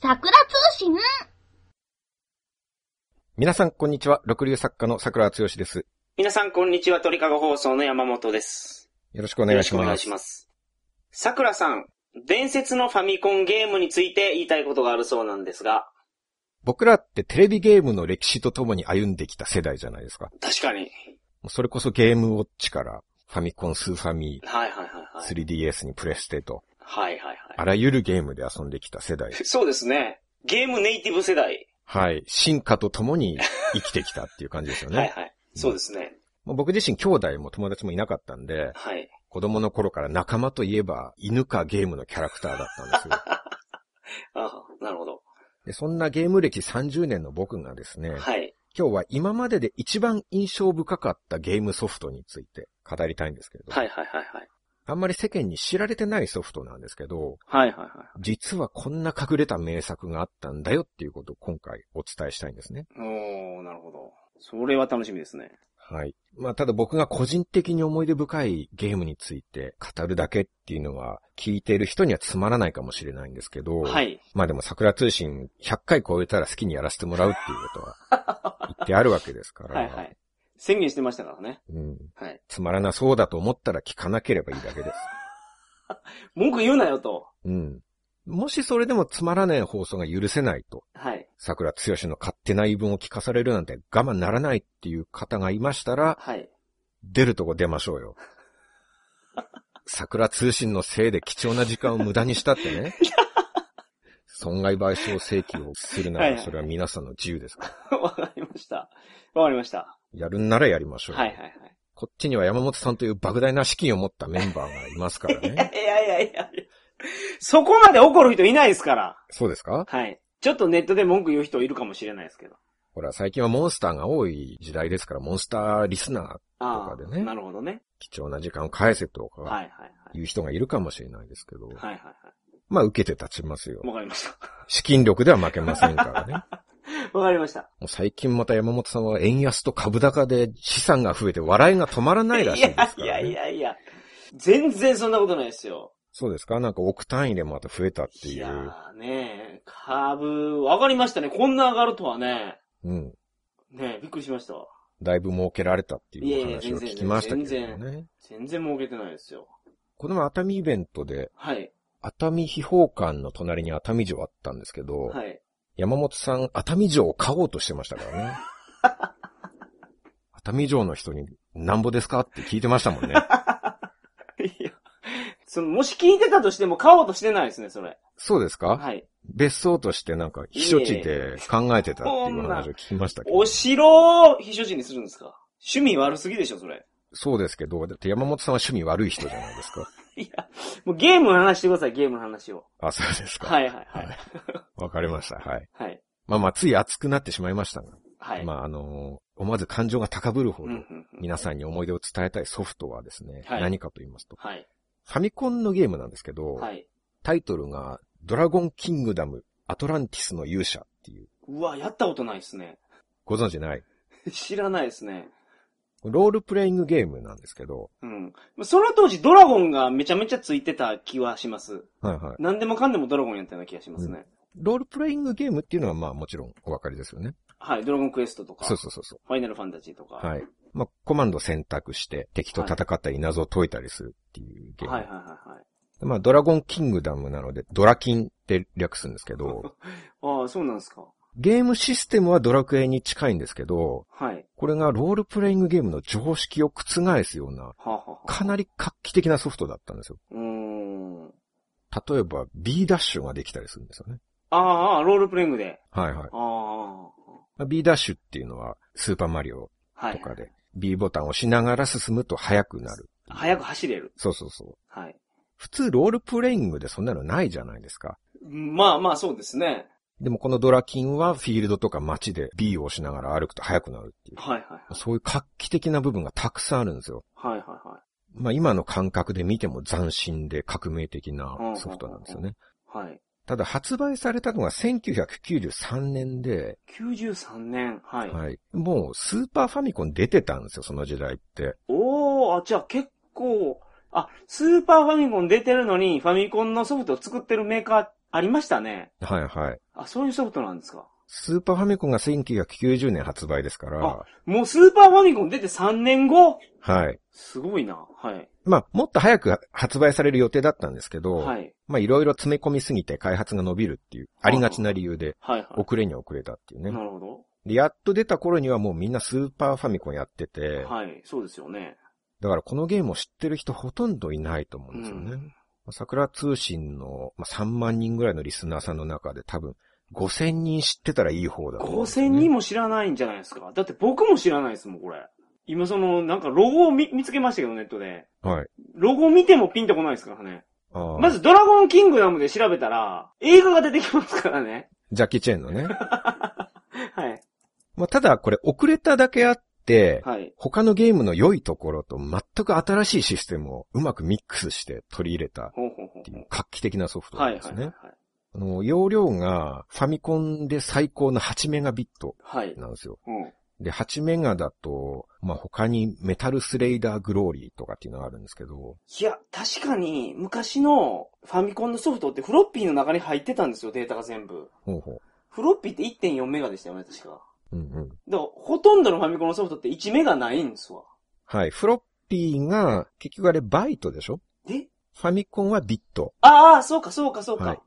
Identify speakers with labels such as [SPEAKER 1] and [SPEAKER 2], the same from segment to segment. [SPEAKER 1] 桜通信
[SPEAKER 2] 皆さん、こんにちは。六流作家の桜剛です。
[SPEAKER 3] 皆さん、こんにちは。鳥かご放送の山本です。
[SPEAKER 2] よろしくお願いし
[SPEAKER 3] よろくお願
[SPEAKER 2] ま
[SPEAKER 3] い
[SPEAKER 2] す。
[SPEAKER 3] します。さくらさん、伝説のファミコンゲームについて言いたいことがあるそうなんですが、
[SPEAKER 2] 僕らってテレビゲームの歴史とともに歩んできた世代じゃないですか。
[SPEAKER 3] 確かに。
[SPEAKER 2] もうそれこそゲームウォッチから、ファミコン、スーファミ、
[SPEAKER 3] はいはいはいはい。
[SPEAKER 2] 3DS にプレステと、
[SPEAKER 3] はいはい
[SPEAKER 2] あ
[SPEAKER 3] は
[SPEAKER 2] らゆるゲームで遊んできた世代。
[SPEAKER 3] い。そうですね。ゲームネイティブ世代。
[SPEAKER 2] はい。進化とともに生きてきたっていう感じですよね。
[SPEAKER 3] はいはい。そうですね。
[SPEAKER 2] もう僕自身兄弟も友達もいなかったんで、
[SPEAKER 3] はい。
[SPEAKER 2] 子供の頃から仲間といえば犬かゲームのキャラクターだったんですよ。
[SPEAKER 3] あなるほど。
[SPEAKER 2] でそんなゲーム歴30年の僕がですね、
[SPEAKER 3] はい。
[SPEAKER 2] 今日は今までで一番印象深かったゲームソフトについて語りたいんですけれど、
[SPEAKER 3] はいはいはいはい。
[SPEAKER 2] あんまり世間に知られてないソフトなんですけど、
[SPEAKER 3] はいはいはい。
[SPEAKER 2] 実はこんな隠れた名作があったんだよっていうことを今回お伝えしたいんですね。
[SPEAKER 3] おー、なるほど。それは楽しみですね。
[SPEAKER 2] はい。まあただ僕が個人的に思い出深いゲームについて語るだけっていうのは聞いている人にはつまらないかもしれないんですけど、
[SPEAKER 3] はい。
[SPEAKER 2] まあでも桜通信100回超えたら好きにやらせてもらうっていうことは言ってあるわけですから、
[SPEAKER 3] はいはい。宣言してましたからね。
[SPEAKER 2] うん、
[SPEAKER 3] はい。
[SPEAKER 2] つまらなそうだと思ったら聞かなければいいだ けです。
[SPEAKER 3] 文句言うなよと。
[SPEAKER 2] うん。もしそれでもつまらない放送が許せないと、
[SPEAKER 3] はい。
[SPEAKER 2] 桜強しの勝手な言い分を聞かされるなんて我慢ならないっていう方がいましたら、
[SPEAKER 3] はい。
[SPEAKER 2] 出るとこ出ましょう よ。桜通信のせいで貴重な時間を無駄にしたって ね。損害賠償請求をするな
[SPEAKER 3] はいは
[SPEAKER 2] ら、
[SPEAKER 3] い
[SPEAKER 2] それは皆さんの自由ですから。
[SPEAKER 3] わかりました。わかりました。
[SPEAKER 2] やるんならやりましょうよ。
[SPEAKER 3] はいはいはい。
[SPEAKER 2] こっちには山本さんという莫大な資金を持ったメンバーがいますから
[SPEAKER 3] い
[SPEAKER 2] ね。
[SPEAKER 3] やいやいやいや。そこまで怒る人いないですから。
[SPEAKER 2] そうですか
[SPEAKER 3] はい。ちょっとネットで文句言う人いるかもしれないですけど。
[SPEAKER 2] ほら、最近はモンスターが多い時代ですから、モンスターリスナー、
[SPEAKER 3] あ
[SPEAKER 2] とかで
[SPEAKER 3] あ、
[SPEAKER 2] ね
[SPEAKER 3] なるほどね。
[SPEAKER 2] 貴重な時間を返せと
[SPEAKER 3] は
[SPEAKER 2] か、
[SPEAKER 3] いはい
[SPEAKER 2] いう人がいるかもしれないですけど、
[SPEAKER 3] はい。はいはい
[SPEAKER 2] まあ受けて立ちますよ
[SPEAKER 3] はい。。わかりました。
[SPEAKER 2] 資金力では負けませんから ね。
[SPEAKER 3] わかりました。
[SPEAKER 2] もう最近また山本さんは円安と株高で資産が増えて笑いが止まらないらしいですから、ね。
[SPEAKER 3] いやいやいやいや。全然そんなことないですよ。
[SPEAKER 2] そうですかなんか億単位でまた増えたって
[SPEAKER 3] い
[SPEAKER 2] い
[SPEAKER 3] や
[SPEAKER 2] う。
[SPEAKER 3] ーねえ、株、わかりましたね。こんな上がるとはね。
[SPEAKER 2] うん。
[SPEAKER 3] ねえ、びっくりしました。
[SPEAKER 2] だいぶ儲けられたってい
[SPEAKER 3] いやいう
[SPEAKER 2] お
[SPEAKER 3] や
[SPEAKER 2] 話を聞
[SPEAKER 3] 全
[SPEAKER 2] き
[SPEAKER 3] 然
[SPEAKER 2] ましたけど
[SPEAKER 3] 全
[SPEAKER 2] ね。
[SPEAKER 3] 全然儲けてないですよ。
[SPEAKER 2] この前熱海イベントで、
[SPEAKER 3] はい。
[SPEAKER 2] 熱海秘宝館の隣に熱海城あったんですけど、
[SPEAKER 3] はい。
[SPEAKER 2] 山本さん、熱海城を買おうとしてましたからね。熱海城の人に、なんぼですかって聞いてましたもん ね。
[SPEAKER 3] いや。その、もし聞いてたとしても買おうとしてないですね、それ。
[SPEAKER 2] そうですか、
[SPEAKER 3] はい。
[SPEAKER 2] 別荘としてなんか、避暑地で考えてたっていう話を聞きましたけど
[SPEAKER 3] お。城を秘書地にするんですか趣味悪すぎでしょ、それ。
[SPEAKER 2] そうですけど、だって山本さんは趣味悪い人じゃないです か。
[SPEAKER 3] いや、もうゲームの話してください、ゲームの話を。
[SPEAKER 2] あ、そうですか。
[SPEAKER 3] はいはいは
[SPEAKER 2] はい
[SPEAKER 3] い。
[SPEAKER 2] わかりました。はい。
[SPEAKER 3] はい。
[SPEAKER 2] まあまあ、つい熱くなってしまいましたが。
[SPEAKER 3] はい。
[SPEAKER 2] まあ、あのー思わず感情が高ぶるほ
[SPEAKER 3] う
[SPEAKER 2] ど
[SPEAKER 3] んう、んうん
[SPEAKER 2] 皆さんに思い出を伝えたいソフトはですね、
[SPEAKER 3] はい
[SPEAKER 2] 何かと言いますと、
[SPEAKER 3] はい。
[SPEAKER 2] ファミコンのゲームなんですけど、
[SPEAKER 3] はい。
[SPEAKER 2] タイトルが、ドラゴンキングダム、アトランティスの勇者っていう、
[SPEAKER 3] うわ、やったことないですね。
[SPEAKER 2] ご存知ない。
[SPEAKER 3] 知らないですね。
[SPEAKER 2] ロールプレイングゲームなんですけど、
[SPEAKER 3] うん。その当時ドラゴンがめちゃめちゃついてた気はします。
[SPEAKER 2] はいはい。
[SPEAKER 3] 何でもかんでもドラゴンやったような気がしますね。
[SPEAKER 2] ロールプレイングゲームっていうのはまあもちろんお分かりですよね。
[SPEAKER 3] はい。ドラゴンクエストとか、
[SPEAKER 2] そうそうそうそう。
[SPEAKER 3] ファイナルファンタジーとか。
[SPEAKER 2] はい。まあ、コマンド選択して敵と戦ったり謎を解いたりするっていうゲーム。
[SPEAKER 3] はいはいはいはい。
[SPEAKER 2] まあ、ドラゴンキングダムなので、ドラキンって略すんですけ ど、
[SPEAKER 3] ああ、そうなんですか。
[SPEAKER 2] ゲームシステムはドラクエに近いんですけど、
[SPEAKER 3] はい。
[SPEAKER 2] これがロールプレイングゲームの常識を覆すような、
[SPEAKER 3] はあ、はあはあ、
[SPEAKER 2] かなり画期的なソフトだったんですよ。
[SPEAKER 3] うーん。
[SPEAKER 2] 例えば B ダッシュができたりするんですよね。
[SPEAKER 3] ああああ、ロールプレイングで。
[SPEAKER 2] はいはい。
[SPEAKER 3] あ
[SPEAKER 2] まあ B ダッシュっていうのはスーパーマリオ
[SPEAKER 3] あ。は
[SPEAKER 2] と
[SPEAKER 3] い。
[SPEAKER 2] かで B ボタンを押しながら進むと速くなる。
[SPEAKER 3] 早く走れる。
[SPEAKER 2] そうそうそう。
[SPEAKER 3] はい。
[SPEAKER 2] 普通ロールプレイングでそんなのないじゃないですか。
[SPEAKER 3] まあまあ、そうですね。
[SPEAKER 2] でもこのドラキンはフィールドとか街で B を押しながら歩くと速くなるっていう。
[SPEAKER 3] はいはい。
[SPEAKER 2] そういう画期的な部分がたくさんあるんですよ。
[SPEAKER 3] はいはいは
[SPEAKER 2] まあ今の感覚で見ても斬新で革命的なソフトなんですよね。
[SPEAKER 3] い。はい。
[SPEAKER 2] ただ発売されたのが1993年で、
[SPEAKER 3] 93年。はい。
[SPEAKER 2] はい。もうスーパーファミコン出てたんですよ、その時代って。
[SPEAKER 3] おー、あ、じゃあ結構、あ、スーパーファミコン出てるのに、ファミコンのソフトを作ってるメーカーありましたね。
[SPEAKER 2] はいはい。
[SPEAKER 3] あ、そういうソフトなんですか。
[SPEAKER 2] スーパーファミコンが1990年発売ですから
[SPEAKER 3] あ、もうスーパーファミコン出て3年後
[SPEAKER 2] はい。
[SPEAKER 3] すごいな。はい。
[SPEAKER 2] まあ、もっと早く発売される予定だったんですけど、
[SPEAKER 3] はい。
[SPEAKER 2] まあ、いろいろ詰め込みすぎて開発が伸びるっていう、ありがちな理由で、
[SPEAKER 3] はいは
[SPEAKER 2] 遅れに遅れたっていう
[SPEAKER 3] い。
[SPEAKER 2] ね。
[SPEAKER 3] なるほど。
[SPEAKER 2] で、やっと出た頃にはもうみんなスーパーファミコンやってて、
[SPEAKER 3] はい。そうですよね。
[SPEAKER 2] だからこのゲームを知ってる人ほとんどいないと思うん
[SPEAKER 3] う
[SPEAKER 2] ですよね。
[SPEAKER 3] ん。
[SPEAKER 2] まあ桜通信のまあ3万人ぐらいのリスナーさんの中で多分5000人知ってたらいい方だと思うんですよ
[SPEAKER 3] 5000
[SPEAKER 2] ね、
[SPEAKER 3] 人も知らないんじゃないですか。だって僕も知らないですもん、これ。今その、なんかロゴを見見つけましたけど、ネットで。
[SPEAKER 2] はい。
[SPEAKER 3] ロゴ見てもピンとこないですからね。
[SPEAKER 2] あー
[SPEAKER 3] まずドラゴンキングダムで調べたら、映画が出てきますからね。
[SPEAKER 2] ジャッキー・チェーンのね。
[SPEAKER 3] はい。
[SPEAKER 2] まあ、ただこれ遅れただけあって、
[SPEAKER 3] はい。
[SPEAKER 2] 他のゲームの良いところと全く新しいシステムをうまくミックスして取り入れたっ
[SPEAKER 3] ほうほうほう
[SPEAKER 2] て
[SPEAKER 3] ほ
[SPEAKER 2] いうう画期的なソフトな
[SPEAKER 3] は
[SPEAKER 2] ん
[SPEAKER 3] い
[SPEAKER 2] で
[SPEAKER 3] は
[SPEAKER 2] す
[SPEAKER 3] い
[SPEAKER 2] ね。
[SPEAKER 3] はいはい。
[SPEAKER 2] あの、容量がファミコンで最高の8メガビット
[SPEAKER 3] はい。
[SPEAKER 2] なんですよ。
[SPEAKER 3] うん。
[SPEAKER 2] で、8メガだと、まあ、他にメタルスレイダーグローリーとかっていうのがあるんですけど、
[SPEAKER 3] いや、確かに、昔のファミコンのソフトってフロッピーの中に入ってたんですよ、データが全部。
[SPEAKER 2] ほうほ
[SPEAKER 3] フロッピーって1.4メガでしたよね、確か。
[SPEAKER 2] う。うんうん。
[SPEAKER 3] だから、ほとんどのファミコンのソフトって1メガないんですわ。
[SPEAKER 2] はい。フロッピーが、結局あれバイトでしょ
[SPEAKER 3] え
[SPEAKER 2] ファミコンはビット。
[SPEAKER 3] ああ、そうか、そうか、そうか。
[SPEAKER 2] はい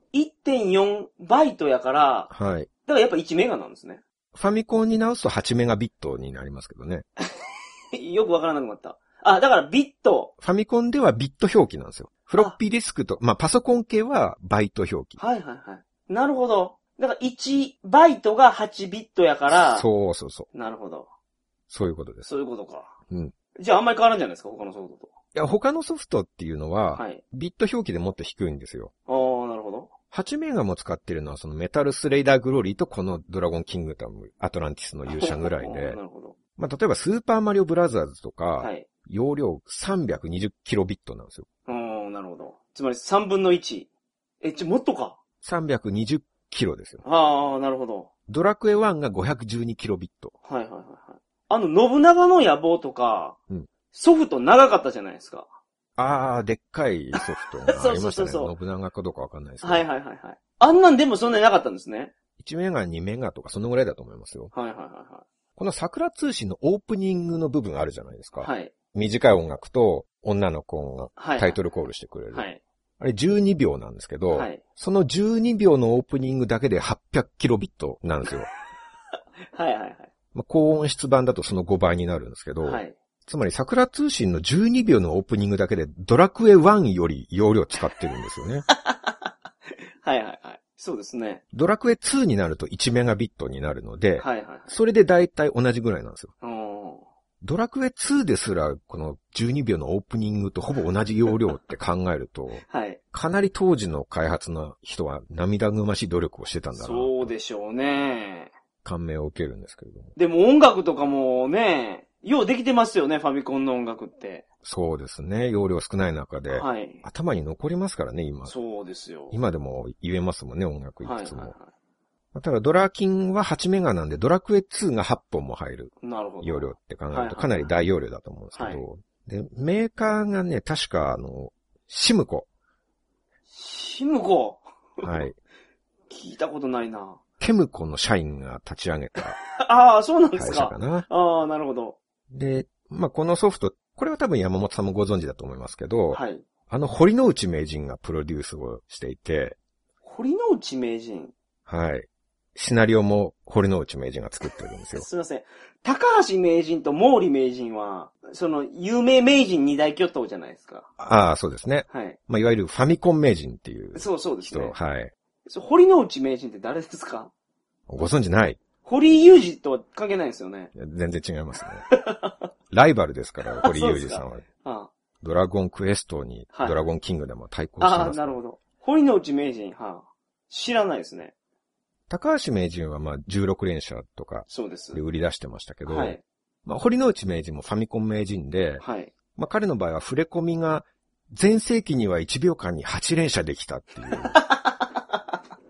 [SPEAKER 3] 1.4バイトやから、
[SPEAKER 2] はい。
[SPEAKER 3] だからやっぱ1メガなんですね。
[SPEAKER 2] ファミコンに直すと8メガビットになりますけどね。
[SPEAKER 3] よくわからなくなった。あ、だからビット。
[SPEAKER 2] ファミコンではビット表記なんですよ。フロッピーディスクと、まあ、パソコン系はバイト表記。
[SPEAKER 3] はいはいはい。なるほど。だから1バイトが8ビットやから、
[SPEAKER 2] そうそうそう。
[SPEAKER 3] なるほど。
[SPEAKER 2] そういうことです。
[SPEAKER 3] そういうことか。
[SPEAKER 2] うん。
[SPEAKER 3] じゃああんまり変わらんじゃないですか、他のソフト
[SPEAKER 2] いや、他のソフトっていうの
[SPEAKER 3] と。
[SPEAKER 2] は、
[SPEAKER 3] はい。
[SPEAKER 2] ビット表記でもっと低いんですよ。
[SPEAKER 3] ああ、なるほど。
[SPEAKER 2] 8メガも使ってるのはそのメタルスレイダーグローリーとこのドラゴンキングダム、アトランティスの勇者ぐらい
[SPEAKER 3] あ
[SPEAKER 2] で
[SPEAKER 3] ーな、るほど。
[SPEAKER 2] まあ、例えばスーパーマリオブラザーズとか、
[SPEAKER 3] はい。
[SPEAKER 2] 容量 320kb なんですよ。
[SPEAKER 3] ああ、なるほど。つまり3分の1。え、ちょ、もっとか。
[SPEAKER 2] 320キロですよ。
[SPEAKER 3] ああ、なるほど。
[SPEAKER 2] ドラクエ1が 512kb。
[SPEAKER 3] はいはいはいはい。あの、信長の野望とか、
[SPEAKER 2] うん
[SPEAKER 3] ソフト長かったじゃないですか。
[SPEAKER 2] あー、でっかいソフトがありましたね。
[SPEAKER 3] そうそうそうそう
[SPEAKER 2] 信長かどうかわかんないですけど。
[SPEAKER 3] はいはいはいはい。あんなんでもそんなになかったんですね。
[SPEAKER 2] 1メガ、2メガとかそのぐらいだと思いますよ。
[SPEAKER 3] はいはいは
[SPEAKER 2] この桜通信のオープニングの部分あるじゃないですか。
[SPEAKER 3] いはい。はい。
[SPEAKER 2] 短い音楽と女の子が
[SPEAKER 3] はい。
[SPEAKER 2] タイトルコールしてくれる。
[SPEAKER 3] はい。
[SPEAKER 2] あれ12秒なんですけど、
[SPEAKER 3] はい。
[SPEAKER 2] その12秒のオープニングだけで 800kb なん ですよ。
[SPEAKER 3] はいはいはい。
[SPEAKER 2] まあ、高音質版だとその5倍になるんですけど、
[SPEAKER 3] はい。
[SPEAKER 2] つまり桜通信の12秒のオープニングだけでドラクエ1より容量使ってるんですよ ね。
[SPEAKER 3] はいはいはい。そうですね。
[SPEAKER 2] ドラクエ2になると1メガビットになるので、
[SPEAKER 3] はいはいはい。
[SPEAKER 2] それで大体同じぐらいなんですよ。
[SPEAKER 3] お
[SPEAKER 2] ドラクエ2ですら、この12秒のオープニングとほぼ同じ容量って考えると、
[SPEAKER 3] ーはい。
[SPEAKER 2] かなり当時の開発の人は涙ぐましい努力をしてたんだな、
[SPEAKER 3] そうでしょうね。
[SPEAKER 2] 感銘を受けるんですけれども。
[SPEAKER 3] でも音楽とかもね、ようできてますよね、ファミコンの音楽って。
[SPEAKER 2] そうですね、容量少ない中で、
[SPEAKER 3] はい。
[SPEAKER 2] 頭に残りますからね、今。
[SPEAKER 3] そうですよ。
[SPEAKER 2] 今でも言えますもんね、音楽い
[SPEAKER 3] は
[SPEAKER 2] く
[SPEAKER 3] いはい
[SPEAKER 2] つも。
[SPEAKER 3] は
[SPEAKER 2] まあただドラキンは8メガなんで、ドラクエ2が8本も入る
[SPEAKER 3] い。なるほど。
[SPEAKER 2] 容量って考え
[SPEAKER 3] はい
[SPEAKER 2] る
[SPEAKER 3] はい
[SPEAKER 2] とかなり大容量だと思うんですけど、で、メーカーがね、確かあの、シム コ、
[SPEAKER 3] シムコ
[SPEAKER 2] はい、
[SPEAKER 3] 聞いたことないな。
[SPEAKER 2] ケムコの社員が立ち上げた
[SPEAKER 3] ああ、そうなんで
[SPEAKER 2] 会
[SPEAKER 3] す
[SPEAKER 2] 社
[SPEAKER 3] か
[SPEAKER 2] か。な。
[SPEAKER 3] ああ、なるほど。
[SPEAKER 2] で、まあ、このソフト、これは多分山本さんもご存知だと思いますけど、
[SPEAKER 3] はい。
[SPEAKER 2] あの堀之内名人がプロデュースをしていて、
[SPEAKER 3] 堀之内名人。
[SPEAKER 2] はい。シナリオも堀之内名人が作ってる んですよ。
[SPEAKER 3] すいません。高橋名人と毛利名人は、その、有名名人二大巨頭じゃないですか。
[SPEAKER 2] ああ、そうですね。
[SPEAKER 3] はい。
[SPEAKER 2] まあ、いわゆるファミコン名人っていう
[SPEAKER 3] そうそうです
[SPEAKER 2] 人、
[SPEAKER 3] ね。
[SPEAKER 2] はい。
[SPEAKER 3] そう堀之内名人って誰ですか
[SPEAKER 2] ご存知ない
[SPEAKER 3] 堀井裕二とは関係ないですよね。
[SPEAKER 2] 全然違い ますね。ライバルですから、堀裕二さんは。
[SPEAKER 3] あ
[SPEAKER 2] ドラゴンクエストに、
[SPEAKER 3] はい
[SPEAKER 2] ドラゴンキングでも対抗
[SPEAKER 3] あ。
[SPEAKER 2] して
[SPEAKER 3] ああ、
[SPEAKER 2] ます。
[SPEAKER 3] なるほど。堀之内名人、はあ。知らないですね。
[SPEAKER 2] 高橋名人はまあ16連射とか
[SPEAKER 3] そうです
[SPEAKER 2] で。売り出してましたけど、
[SPEAKER 3] はい。
[SPEAKER 2] まあ、堀之内名人もファミコン名人で、
[SPEAKER 3] はい。
[SPEAKER 2] まあ、彼の場合は触れ込みが、前世紀には1秒間に8連射できた っていう、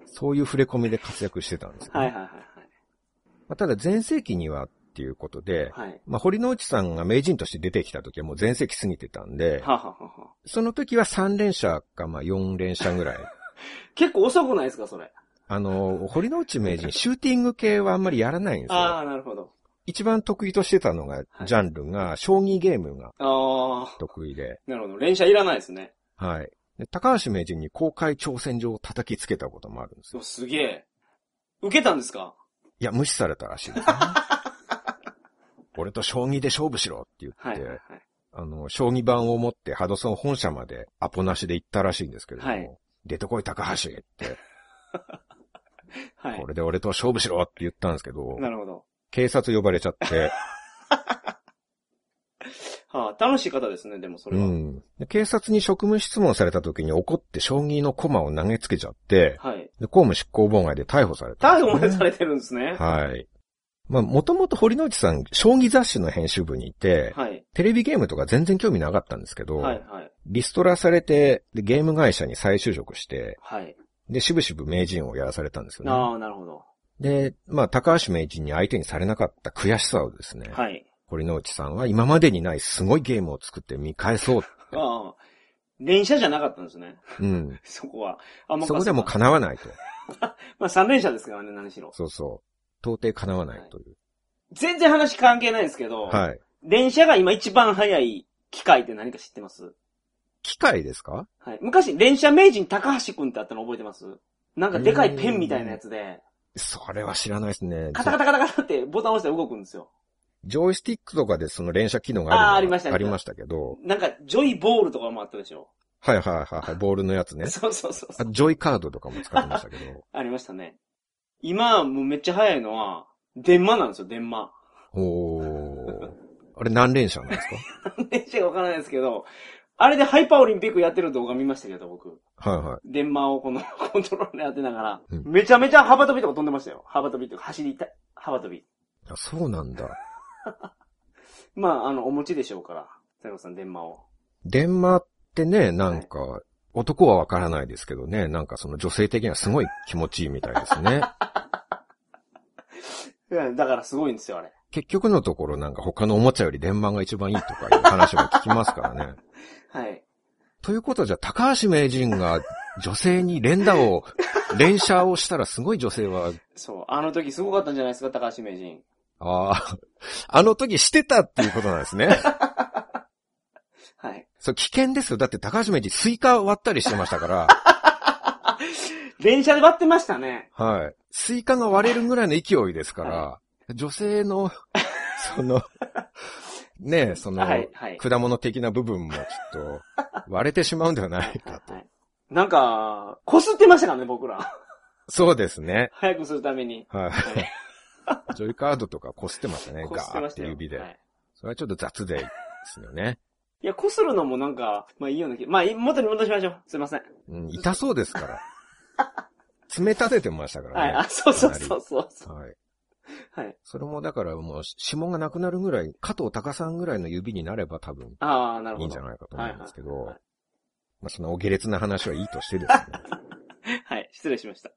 [SPEAKER 2] そういう触れ込みで活躍してたんですよね、
[SPEAKER 3] はいはいはい
[SPEAKER 2] まあ、ただ前世紀にはっていうことで、
[SPEAKER 3] はい。はい。
[SPEAKER 2] まあ、堀之内さんが名人として出てきた時はもう前世紀過ぎてたんで、
[SPEAKER 3] はあはあはあはあ
[SPEAKER 2] その時は3連射かまあ4連射ぐらい
[SPEAKER 3] 結構遅くないですか、それ。
[SPEAKER 2] あの、堀之内名人、シューティング系はあんまりやらないんです
[SPEAKER 3] あ
[SPEAKER 2] よ。
[SPEAKER 3] あ、なるほど。
[SPEAKER 2] 一番得意としてたのが、ジャンルが、将棋ゲームが
[SPEAKER 3] ああ、
[SPEAKER 2] 得意で、
[SPEAKER 3] なるほど。連射いらないですね。
[SPEAKER 2] はい。で高橋名人に公開挑戦状を叩きつけたこともあるんです
[SPEAKER 3] そ
[SPEAKER 2] よ。
[SPEAKER 3] うすげえ。受けたんですか
[SPEAKER 2] いや、無視されたらしいですね。 俺と将棋で勝負しろって言
[SPEAKER 3] は
[SPEAKER 2] っ
[SPEAKER 3] い。
[SPEAKER 2] て、
[SPEAKER 3] はいはい
[SPEAKER 2] あの、将棋盤を持ってハドソン本社までアポなしで行ったらしいんですけれども、
[SPEAKER 3] はい
[SPEAKER 2] 出てこい高橋って、
[SPEAKER 3] はい
[SPEAKER 2] こ。れで俺と勝負しろって言ったんですけど、
[SPEAKER 3] なるほど。
[SPEAKER 2] 警察呼ばれちゃ って、
[SPEAKER 3] はあ、楽しい方ですね、でもそれ
[SPEAKER 2] う
[SPEAKER 3] は。
[SPEAKER 2] ん。で警察に職務質問された時に怒って将棋の駒を投げつけちゃって、
[SPEAKER 3] はい。
[SPEAKER 2] で公務執行妨害で逮捕された、
[SPEAKER 3] 逮捕までされてるんですね。
[SPEAKER 2] はい。まあ、もともと堀之内さん、将棋雑誌の編集部にいて、
[SPEAKER 3] はい。
[SPEAKER 2] テレビゲームとか全然興味なかったんですけど、
[SPEAKER 3] はい。はい。
[SPEAKER 2] リストラされて、でゲーム会社に再就職して、
[SPEAKER 3] はい。
[SPEAKER 2] で、しぶしぶ名人をやらされたんですよね。
[SPEAKER 3] ああ、なるほど。
[SPEAKER 2] で、まあ、高橋名人に相手にされなかった悔しさをですね、
[SPEAKER 3] はい。
[SPEAKER 2] 堀之内さんは今までにないすごいゲームを作って見返そう。
[SPEAKER 3] ああ、連射じゃなかったんですね。
[SPEAKER 2] うん。
[SPEAKER 3] そこは。あ、も
[SPEAKER 2] そこでもう
[SPEAKER 3] か。
[SPEAKER 2] 叶わないと。
[SPEAKER 3] まあ3連射ですからね、何しろ。
[SPEAKER 2] そうそう。到底叶わないという。
[SPEAKER 3] 全然話関係ないですけど、
[SPEAKER 2] はい。
[SPEAKER 3] 連射が今一番早い機械って何か知ってます
[SPEAKER 2] 機械ですか
[SPEAKER 3] はい。昔、連射名人高橋くんってあったの覚えてますなんかでかいペンみたいなやつで、
[SPEAKER 2] それは知らないですね。
[SPEAKER 3] カタカタカタカタってボタン押したら動くんですよ。
[SPEAKER 2] ジョイスティックとかでその連射機能があるの
[SPEAKER 3] あー
[SPEAKER 2] は
[SPEAKER 3] ありましたね
[SPEAKER 2] ありましたけど。
[SPEAKER 3] なんか、ジョイボールとかもあったでしょ。
[SPEAKER 2] はいはいはいはい。ボールのやつね。
[SPEAKER 3] そうそうそうそ
[SPEAKER 2] あ
[SPEAKER 3] う。
[SPEAKER 2] ジョイカードとかも使ってましたけど。
[SPEAKER 3] ありましたね。今、もうめっちゃ早いのは、電マなんですよ、電 マ。
[SPEAKER 2] おー。あれ何連射なんです
[SPEAKER 3] 連射がわからないですけど、あれでハイパーオリンピックやってる動画見ましたけど、僕。
[SPEAKER 2] か はいはい。
[SPEAKER 3] 電マをこの コントローラーで当てながら、
[SPEAKER 2] うん
[SPEAKER 3] めちゃめちゃ幅跳びとか飛んでましたよ。幅跳びというか、走りた、幅跳び。
[SPEAKER 2] あそうなんだ。
[SPEAKER 3] まあ、あの、お持ちでしょうから、佐藤さん、電マを。
[SPEAKER 2] 電話ってね、なんか、男はわからないですけどね、なんかその女性的にはすごい気持ちいいみたいです ね。
[SPEAKER 3] いや、だからすごいんですよ、あれ。
[SPEAKER 2] 結局のところなんか他のおもちゃより電話が一番いいとかいう話も聞きますからね。
[SPEAKER 3] はい。
[SPEAKER 2] ということはじゃあ高橋名人が女性に連打を、連射をしたらすごい女性は、
[SPEAKER 3] そう。あの時すごかったんじゃないですか、高橋名人。
[SPEAKER 2] ああ、 あの時してたっていうことなんです ね。
[SPEAKER 3] はい。
[SPEAKER 2] そう、危険ですよ。だって高橋名人スイカ割ったりしてましたから、
[SPEAKER 3] 電車で割ってましたね。
[SPEAKER 2] はい。スイカが割れるぐらいの勢いですから、女性の、 その、ねえ、その、
[SPEAKER 3] はい、はい。
[SPEAKER 2] 果物的な部分もきっと割れてしまうんではないかと
[SPEAKER 3] は。いなんか、こすってましたからね、僕ら。
[SPEAKER 2] そうですね。
[SPEAKER 3] 早くするために。
[SPEAKER 2] はい。
[SPEAKER 3] はい
[SPEAKER 2] ジョイカードとか擦ってましたね。
[SPEAKER 3] こ
[SPEAKER 2] ガ
[SPEAKER 3] すって
[SPEAKER 2] ー
[SPEAKER 3] ま
[SPEAKER 2] っ
[SPEAKER 3] してたよ。
[SPEAKER 2] 指で。
[SPEAKER 3] はい
[SPEAKER 2] それはちょっと雑でですよね。
[SPEAKER 3] いや、こするのもなんか、まあいいような気、まあ、い元に戻しましょう。すいません。
[SPEAKER 2] うん、痛そうです から。爪立ててましたか
[SPEAKER 3] はい。
[SPEAKER 2] ら
[SPEAKER 3] あ、
[SPEAKER 2] ね。
[SPEAKER 3] そうそうそうそうそう。
[SPEAKER 2] はい。
[SPEAKER 3] はい。
[SPEAKER 2] それもだからもう指紋がなくなるぐらい、加藤隆さんぐらいの指になれば多分
[SPEAKER 3] ああ、なるほ
[SPEAKER 2] い
[SPEAKER 3] ど。
[SPEAKER 2] いんじゃないかと思うんですけ
[SPEAKER 3] はいはい
[SPEAKER 2] ど
[SPEAKER 3] はい、
[SPEAKER 2] まあそのお下劣な話はいいとしてですね。
[SPEAKER 3] はい、失礼しました。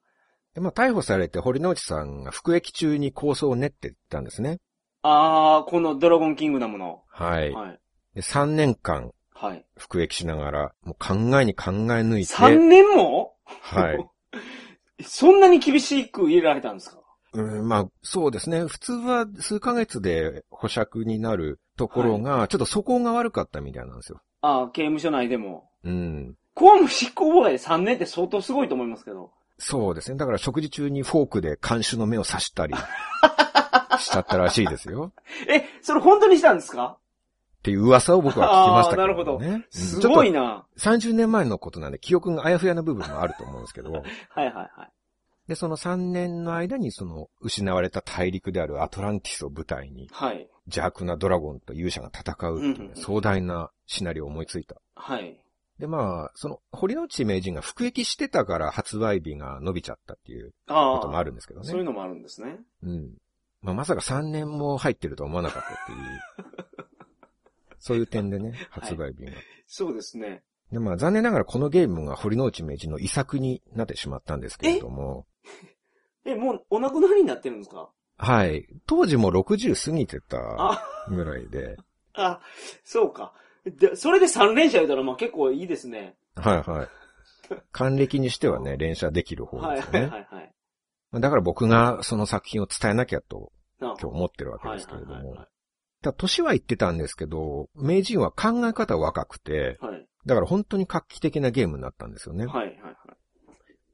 [SPEAKER 2] で、まあ逮捕されて堀之内さんが服役中に構想を練ってたんですね。
[SPEAKER 3] あー、このドラゴンキングダムの。
[SPEAKER 2] はい。
[SPEAKER 3] はい。
[SPEAKER 2] で3年間
[SPEAKER 3] はい。
[SPEAKER 2] 服役しながら、もう考えに考え抜いて、
[SPEAKER 3] 3年も
[SPEAKER 2] はい。。
[SPEAKER 3] そんなに厳しく入れられたんですか
[SPEAKER 2] うん、まあ、そうですね。普通は数ヶ月で保釈になるところが、ちょっと素行が悪かったみたいなんですよ。
[SPEAKER 3] あー、刑務所内でも。
[SPEAKER 2] うん。
[SPEAKER 3] 公務執行妨害で3年って相当すごいと思いますけど。
[SPEAKER 2] そうですね。だから食事中にフォークで監視の目を刺したり しちゃったらしいですよ。
[SPEAKER 3] え、それ本当にしたんですか
[SPEAKER 2] っていう噂を僕は聞きましたけど、ね。
[SPEAKER 3] あーなるほど
[SPEAKER 2] うん
[SPEAKER 3] すごい
[SPEAKER 2] ちょっ
[SPEAKER 3] な。
[SPEAKER 2] と30年前のことなんで記憶があやふやな部分もあると思うんですけ ど、
[SPEAKER 3] はいはいはい。
[SPEAKER 2] で、その3年の間にその失われた大陸であるアトランティスを舞台に
[SPEAKER 3] はい。
[SPEAKER 2] 邪悪なドラゴンと勇者が戦うっていうね
[SPEAKER 3] うん
[SPEAKER 2] 壮大なシナリオを思いついた。
[SPEAKER 3] はい。
[SPEAKER 2] で、まあ、その、堀之内名人が服役してたから発売日が伸びちゃったっていう
[SPEAKER 3] あ
[SPEAKER 2] こ
[SPEAKER 3] あ。
[SPEAKER 2] ともあるんですけど
[SPEAKER 3] そういう
[SPEAKER 2] ね。
[SPEAKER 3] のもあるんですね。
[SPEAKER 2] うん。まあ、まさか3年も入ってるとは思わなかったっていう。 そういう点でね、発売日が。
[SPEAKER 3] そうですね。
[SPEAKER 2] で、まあ、残念ながらこのゲームが堀之内名人の遺作になってしまったんですけれども、
[SPEAKER 3] え、もうお亡くなりになってるんですか
[SPEAKER 2] はい。当時も60過ぎてた
[SPEAKER 3] あ、
[SPEAKER 2] ぐらいで、
[SPEAKER 3] あ、そうか。で、それで3連射言うたら、まあ結構いいですね。
[SPEAKER 2] はいはい。還暦にしてはね、連射できる方
[SPEAKER 3] はい
[SPEAKER 2] ですよ
[SPEAKER 3] はい
[SPEAKER 2] ね
[SPEAKER 3] は。いはい。
[SPEAKER 2] だから僕がその作品を伝えなきゃと
[SPEAKER 3] 今
[SPEAKER 2] 今日思ってるわけですけれど
[SPEAKER 3] はいはいはい
[SPEAKER 2] も
[SPEAKER 3] は。
[SPEAKER 2] ただ、年は言ってたんですけど、名人は考え方若くて、
[SPEAKER 3] はい。
[SPEAKER 2] だから本当に画期的なゲームになったんですよね。
[SPEAKER 3] はいはいはい。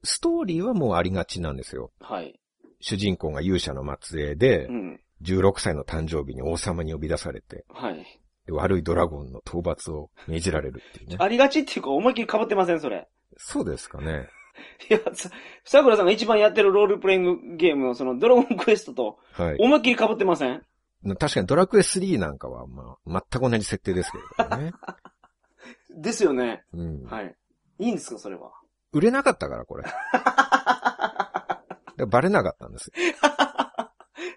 [SPEAKER 2] ストーリーはもうありがちなんですよ。
[SPEAKER 3] はい。
[SPEAKER 2] 主人公が勇者の末裔で
[SPEAKER 3] う、ん。
[SPEAKER 2] 16歳の誕生日に王様に呼び出されて、
[SPEAKER 3] はい。
[SPEAKER 2] で悪いドラゴンの討伐を命じられるっていうね。
[SPEAKER 3] ありがちっていうか、思いっきり被ってません、それ。
[SPEAKER 2] そうですかね。
[SPEAKER 3] いや、さ、桜さんが一番やってるロールプレイングゲームの、その、ドラゴンクエストと、
[SPEAKER 2] はい。
[SPEAKER 3] 思いっきり被ってません
[SPEAKER 2] 確かにドラクエ3なんかは、まあ、全く同じ設定ですけれ どもね。
[SPEAKER 3] ですよね。
[SPEAKER 2] うん。
[SPEAKER 3] はい。いいんですか、それは。
[SPEAKER 2] 売れなかったから、これ。だからバレなかったんですよ。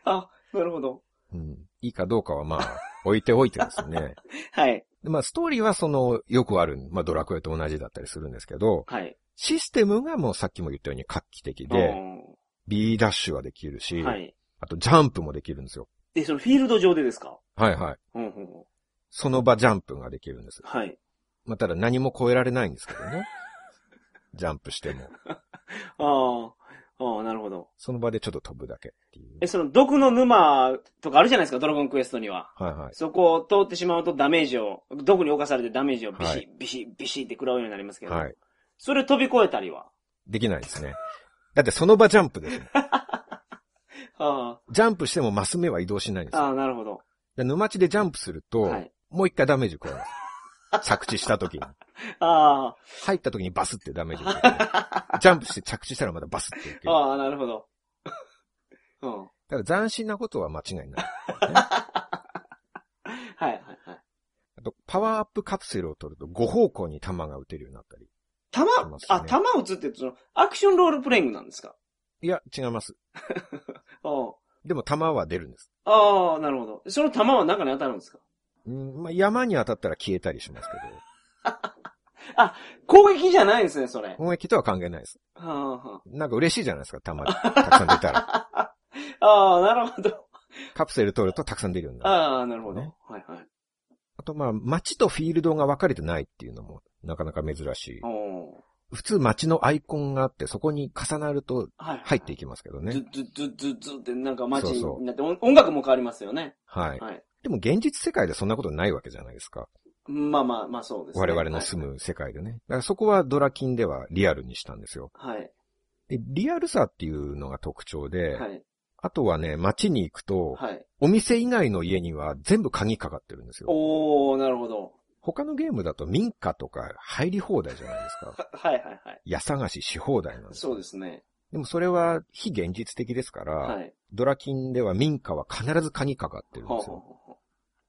[SPEAKER 3] あ、なるほど。
[SPEAKER 2] うん。いいかどうかは、まあ、置いておいてですね。
[SPEAKER 3] はい。
[SPEAKER 2] でまあ、ストーリーはその、よくある、まあ、ドラクエと同じだったりするんですけど、
[SPEAKER 3] はい。
[SPEAKER 2] システムがもうさっきも言ったように画期的で、
[SPEAKER 3] う
[SPEAKER 2] B ダッシュはできるし、
[SPEAKER 3] んはい。
[SPEAKER 2] あとジャンプもできるんですよ。
[SPEAKER 3] で、その、フィールド上でですか
[SPEAKER 2] はいはい。
[SPEAKER 3] うんうんうん。
[SPEAKER 2] その場ジャンプができるんです。
[SPEAKER 3] はい。
[SPEAKER 2] まあ、ただ何も超えられないんですけどね。 ジャンプしても。
[SPEAKER 3] ああ、ああ、なるほど。
[SPEAKER 2] その場でちょっと飛ぶだけっていう
[SPEAKER 3] え、。その、毒の沼とかあるじゃないですか、ドラゴンクエストには。
[SPEAKER 2] はいはい。
[SPEAKER 3] そこを通ってしまうとダメージを、毒に侵されてダメージをビシ
[SPEAKER 2] は
[SPEAKER 3] ッ、ビシッ、ビシッって食らうようになりますけど、
[SPEAKER 2] はい。
[SPEAKER 3] それを飛び越えたりは。
[SPEAKER 2] できないですね。だってその場ジャンプですもん。
[SPEAKER 3] あ
[SPEAKER 2] ジャンプしてもマス目は移動しないんです
[SPEAKER 3] あ、
[SPEAKER 2] よ。
[SPEAKER 3] ああ、なるほど。
[SPEAKER 2] で沼地でジャンプすると、
[SPEAKER 3] はい。
[SPEAKER 2] もう一回ダメージ加えます。着地した時に。
[SPEAKER 3] あ
[SPEAKER 2] 入った時にバスってダメージ加えて。ジャンプして着地したらまたバスっていけ
[SPEAKER 3] あ、
[SPEAKER 2] る。
[SPEAKER 3] ああ、なるほど。 うん。
[SPEAKER 2] だから斬新なことは間違いな い。
[SPEAKER 3] はい、はい、はい。
[SPEAKER 2] あと、パワーアップカプセルを取ると5方向に弾が撃てるようになったり。
[SPEAKER 3] 弾
[SPEAKER 2] そうで、すね
[SPEAKER 3] あ、弾撃つって、その、アクションロールプレイングなんですか
[SPEAKER 2] いや、違います。
[SPEAKER 3] あ
[SPEAKER 2] でも弾は出るんです。
[SPEAKER 3] あ、ああ、なるほど。その弾は中に当たるんですか
[SPEAKER 2] うん、まあ、山に当たったら消えたりしますけど、
[SPEAKER 3] 攻撃じゃないんですね、そ れ。
[SPEAKER 2] 攻撃とは関係ないです。
[SPEAKER 3] はあ、は
[SPEAKER 2] なんか嬉しいじゃないですか、 弾が。たくさん出たら。
[SPEAKER 3] あ、ああ、なるほど。
[SPEAKER 2] カプセル取るとたくさん出るようになる。
[SPEAKER 3] ああ、なるほど。
[SPEAKER 2] ね
[SPEAKER 3] はい、はい。
[SPEAKER 2] あと、まあ、街とフィールドが分かれてないっていうのも、なかなか珍しい
[SPEAKER 3] お。お
[SPEAKER 2] 普通街のアイコンがあって、そこに重なると
[SPEAKER 3] ー。はい。
[SPEAKER 2] 入っていきますけど
[SPEAKER 3] ず
[SPEAKER 2] ね。
[SPEAKER 3] ずずずずってなんか街
[SPEAKER 2] そうそう
[SPEAKER 3] になって、音音楽も変わりますよね。
[SPEAKER 2] はい。
[SPEAKER 3] はい。
[SPEAKER 2] でも現実世界でそんなことないわけじゃないですか。
[SPEAKER 3] まあまあまあそうです、ね。
[SPEAKER 2] 我々の住む世界でね。だからそこはドラキンではリアルにしたんですよ。
[SPEAKER 3] はい。
[SPEAKER 2] でリアルさっていうのが特徴で、
[SPEAKER 3] はい。
[SPEAKER 2] あとはね、街に行くと、
[SPEAKER 3] はい。
[SPEAKER 2] お店以外の家には全部鍵かかってるんですよ。
[SPEAKER 3] おー、なるほど。
[SPEAKER 2] 他のゲームだと民家とか入り放題じゃないですか。
[SPEAKER 3] ははいはいはい。
[SPEAKER 2] 家探しし放題なんです。
[SPEAKER 3] そうですね。
[SPEAKER 2] でもそれは非現実的ですから、
[SPEAKER 3] はい。
[SPEAKER 2] ドラキンでは民家は必ず鍵かかってるん
[SPEAKER 3] ほう
[SPEAKER 2] で
[SPEAKER 3] ほう
[SPEAKER 2] す
[SPEAKER 3] ほう
[SPEAKER 2] よ。
[SPEAKER 3] ほ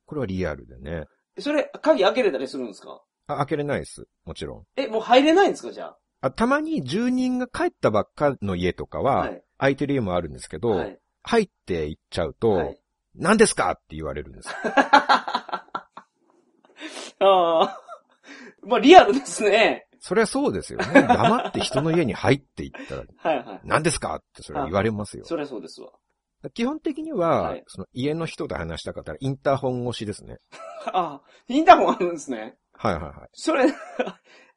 [SPEAKER 2] これはリアルでね。
[SPEAKER 3] うそれ、鍵開けれたりするんですか
[SPEAKER 2] あ、開けれないです。もちろん。
[SPEAKER 3] え、もう入れないんですかじゃ
[SPEAKER 2] あたまに住人が帰ったばっかの家とか
[SPEAKER 3] あ。
[SPEAKER 2] は、
[SPEAKER 3] はい。
[SPEAKER 2] 空いてる家もあるんですけど、
[SPEAKER 3] はい。
[SPEAKER 2] 入っていっちゃうと、
[SPEAKER 3] はい。
[SPEAKER 2] 何ですかって言われるんですよ。
[SPEAKER 3] ああ。まあリアルですね。
[SPEAKER 2] そりゃそうですよね。黙って人の家に入ってい ったら、
[SPEAKER 3] はいはい。
[SPEAKER 2] 何ですかってそれは言われますよ。
[SPEAKER 3] そりゃそうですわ。
[SPEAKER 2] 基本的には、
[SPEAKER 3] はい
[SPEAKER 2] その家の人と話したかったらインターホン越しですね。
[SPEAKER 3] ああ、インターホンあるんですね。
[SPEAKER 2] はいはいはい。
[SPEAKER 3] それ、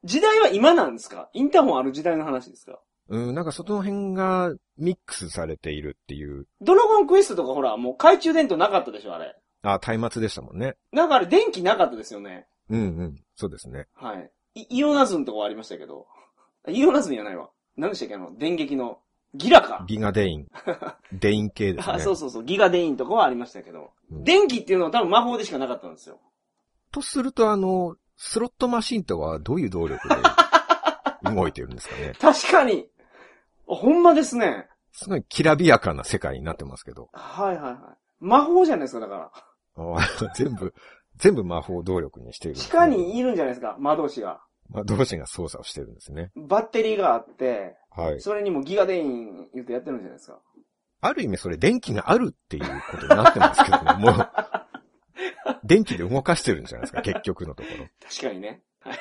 [SPEAKER 3] 時代は今なんですかインターホンある時代の話ですか
[SPEAKER 2] うん、なんかその辺がミックスされているっていう、
[SPEAKER 3] ドラゴンクエストとかほら、もう懐中電灯なかったでしょ、あれ。
[SPEAKER 2] あ、松明でしたもんね。
[SPEAKER 3] なんかあれ電気なかったですよね。
[SPEAKER 2] うんうん、そうですね。
[SPEAKER 3] はい。イイオナズンとかはありましたけど。イオナズンじゃないわ。何でしたっけあの、電撃の。ギラか。
[SPEAKER 2] ギガデ イン。デイン系ですね。
[SPEAKER 3] あ、そうそうそう。ギガデインとかはありましたけど。
[SPEAKER 2] うん
[SPEAKER 3] 電気っていうのは多分魔法でしかなかったんですよ。
[SPEAKER 2] とすると、あの、スロットマシンとはどういう動 力で動いてるんですかね。
[SPEAKER 3] 確かにあほんまですね。
[SPEAKER 2] すごいきらびやかな世界になってますけど。
[SPEAKER 3] はいはいはい。魔法じゃないですか、だから。
[SPEAKER 2] あー 全部、全部魔法動力にしているんで
[SPEAKER 3] 地
[SPEAKER 2] すね。
[SPEAKER 3] 下にいるんじゃないですか、魔導士が。
[SPEAKER 2] まあ、同士が操作をしてるんですね。
[SPEAKER 3] バッテリーがあって、
[SPEAKER 2] はい。
[SPEAKER 3] それにもギガデイン言ってやってるんじゃないですか。
[SPEAKER 2] ある意味それ電気があるっていうことになってますけどね、も う。電気で動かしてるんじゃないですか、結局のところ。
[SPEAKER 3] 確かにね。はい。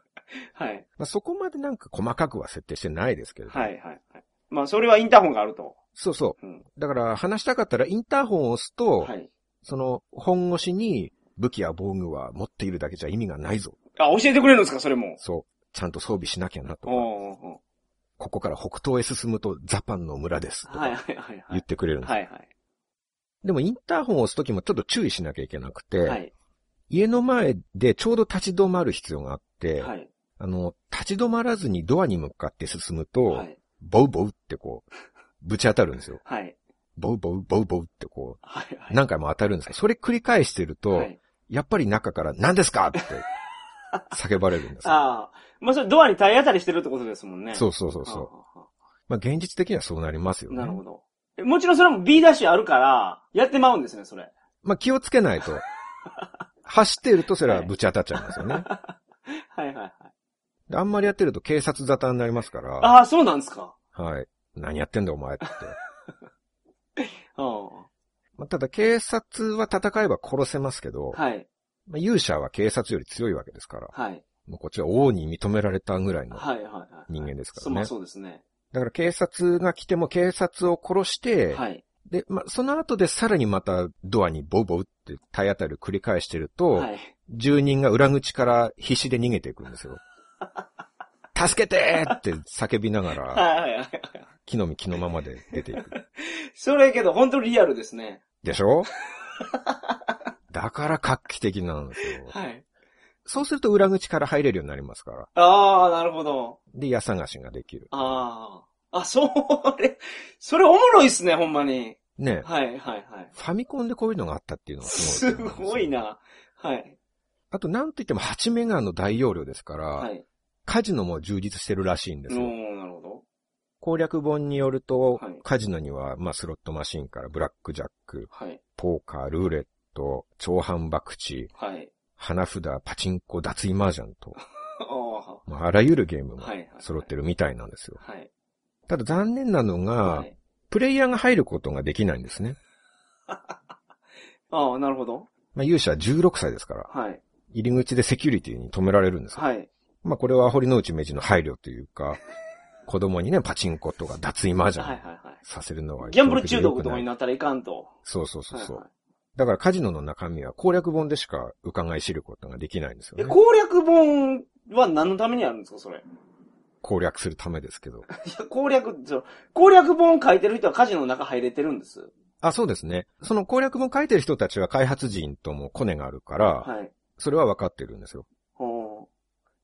[SPEAKER 3] はい。
[SPEAKER 2] まあ、そこまでなんか細かくは設定してないですけれども。
[SPEAKER 3] はいはいはい。まあ、それはインターホンがあると。
[SPEAKER 2] そうそ
[SPEAKER 3] うん。
[SPEAKER 2] う。だから話したかったらインターホンを押すと、
[SPEAKER 3] はい。
[SPEAKER 2] その本越しに武器や防具は持っているだけじゃ意味がないぞ。
[SPEAKER 3] あ、教えてくれるんですか、それも。
[SPEAKER 2] そう。ちゃんと装備しなきゃなとか、
[SPEAKER 3] おーお
[SPEAKER 2] ここから北東へ進むとザパンの村ですと
[SPEAKER 3] ーはい
[SPEAKER 2] か
[SPEAKER 3] はいはいは
[SPEAKER 2] 言っ
[SPEAKER 3] い。
[SPEAKER 2] てくれるんです。
[SPEAKER 3] はいはい。
[SPEAKER 2] でもインターホンを押すときもちょっと注意しなきゃいけなくて、
[SPEAKER 3] はい。
[SPEAKER 2] 家の前でちょうど立ち止まる必要があって、
[SPEAKER 3] はい。
[SPEAKER 2] あの、立ち止まらずにドアに向かって進むと、
[SPEAKER 3] はい。
[SPEAKER 2] ボウボウってこう、ぶち当たるんですよ。
[SPEAKER 3] はい。
[SPEAKER 2] ボウボウ、ボウボウってこ
[SPEAKER 3] はい。は
[SPEAKER 2] う、
[SPEAKER 3] い。
[SPEAKER 2] 何回も当たるんですけど、それ繰り返してると、
[SPEAKER 3] はい
[SPEAKER 2] やっぱり中から何です かって叫ばれるんですよ。
[SPEAKER 3] ああ。まあ、それドアに体当たりしてるってことですもんね。
[SPEAKER 2] そううそうそうそう。
[SPEAKER 3] う。
[SPEAKER 2] まあ現実的にはそうなりますよね。
[SPEAKER 3] なるほど。えもちろんそれも B ダッシュあるから、やってまうんですね、それ。
[SPEAKER 2] まあ気をつけない と。走っているとそれはぶち当たっちゃいますよね。
[SPEAKER 3] はいはいはい。
[SPEAKER 2] であんまりやってると警察沙汰になりますから、
[SPEAKER 3] ああ、そうなんですか。
[SPEAKER 2] はい。何やってんだお前って。
[SPEAKER 3] うん。
[SPEAKER 2] まあ、ただ警察は戦えば殺せますけど、
[SPEAKER 3] はい。
[SPEAKER 2] まあ、勇者は警察より強いわけですから、
[SPEAKER 3] はい。
[SPEAKER 2] もうこっちは王に認められたぐらいの
[SPEAKER 3] はいはいはい。
[SPEAKER 2] 人間ですか
[SPEAKER 3] そ
[SPEAKER 2] ら
[SPEAKER 3] うま
[SPEAKER 2] ね
[SPEAKER 3] あ。そうですね。
[SPEAKER 2] だから警察が来ても警察を殺して、
[SPEAKER 3] はい。
[SPEAKER 2] で、まあ、その後でさらにまたドアにボウボウって体当たりを繰り返してると、
[SPEAKER 3] はい。
[SPEAKER 2] 住人が裏口から必死で逃げていくんですよ。助けてーって叫びながら、
[SPEAKER 3] はいはいはい。
[SPEAKER 2] 木の実木のままで出ていく。
[SPEAKER 3] それけど、本当にリアルですね。
[SPEAKER 2] でしょ だから画期的なんですよ。
[SPEAKER 3] はい。
[SPEAKER 2] そうすると裏口から入れるようになりますから。
[SPEAKER 3] ああ、なるほど。
[SPEAKER 2] で、家探しができる。
[SPEAKER 3] ああ。あ、それ、それおもろいっすね、ほんまに。
[SPEAKER 2] ねえ
[SPEAKER 3] はいはいはい。
[SPEAKER 2] ファミコンでこういうのがあったっていうのはすご
[SPEAKER 3] す
[SPEAKER 2] いと思うんですよ
[SPEAKER 3] ごい。な。はい。
[SPEAKER 2] あと、なんといっても8メガの大容量ですから、
[SPEAKER 3] はい。
[SPEAKER 2] カジノも充実してるらしいん
[SPEAKER 3] お
[SPEAKER 2] ですよ。
[SPEAKER 3] ー、なるほど。
[SPEAKER 2] 攻略本によると、
[SPEAKER 3] はい
[SPEAKER 2] カジノには、まあ、スロットマシンからブラックジャック、
[SPEAKER 3] はい。
[SPEAKER 2] ポーカー、ルーレット、長反博打、
[SPEAKER 3] はい。
[SPEAKER 2] 花札、パチンコ、脱衣麻雀と、
[SPEAKER 3] ああ。
[SPEAKER 2] まあ、あらゆるゲームが
[SPEAKER 3] はいはい。
[SPEAKER 2] 揃ってるみたいなんですよ。
[SPEAKER 3] はい。
[SPEAKER 2] ただ残念なのが、
[SPEAKER 3] はい。
[SPEAKER 2] プレイヤーが入ることができないんですね。
[SPEAKER 3] ああ、なるほど。
[SPEAKER 2] まあ、勇者は16歳ですから、
[SPEAKER 3] はい。
[SPEAKER 2] 入り口でセキュリティに止められるんですよ。
[SPEAKER 3] はい。
[SPEAKER 2] まあ、これは堀之内明治の配慮というか、子供にね、パチンコとか脱衣麻
[SPEAKER 3] はいはい
[SPEAKER 2] 雀
[SPEAKER 3] は。
[SPEAKER 2] させるのはい良くない。
[SPEAKER 3] ギャンブル中毒とかになったらいかんと。
[SPEAKER 2] そうそうそうそう。
[SPEAKER 3] はいはい
[SPEAKER 2] だからカジノの中身は攻略本でしか伺い知ることができないんですよ
[SPEAKER 3] え、
[SPEAKER 2] ね。
[SPEAKER 3] 攻略本は何のためにあるんですか、それ。い
[SPEAKER 2] 攻略するためですけど。
[SPEAKER 3] や、攻略、その攻略本書いてる人はカジノの中入れてるんです。
[SPEAKER 2] あ、そうですね。その攻略本書いてる人たちは開発人ともコネがあるから、
[SPEAKER 3] はい。
[SPEAKER 2] それは分かってるんですよ。
[SPEAKER 3] ほう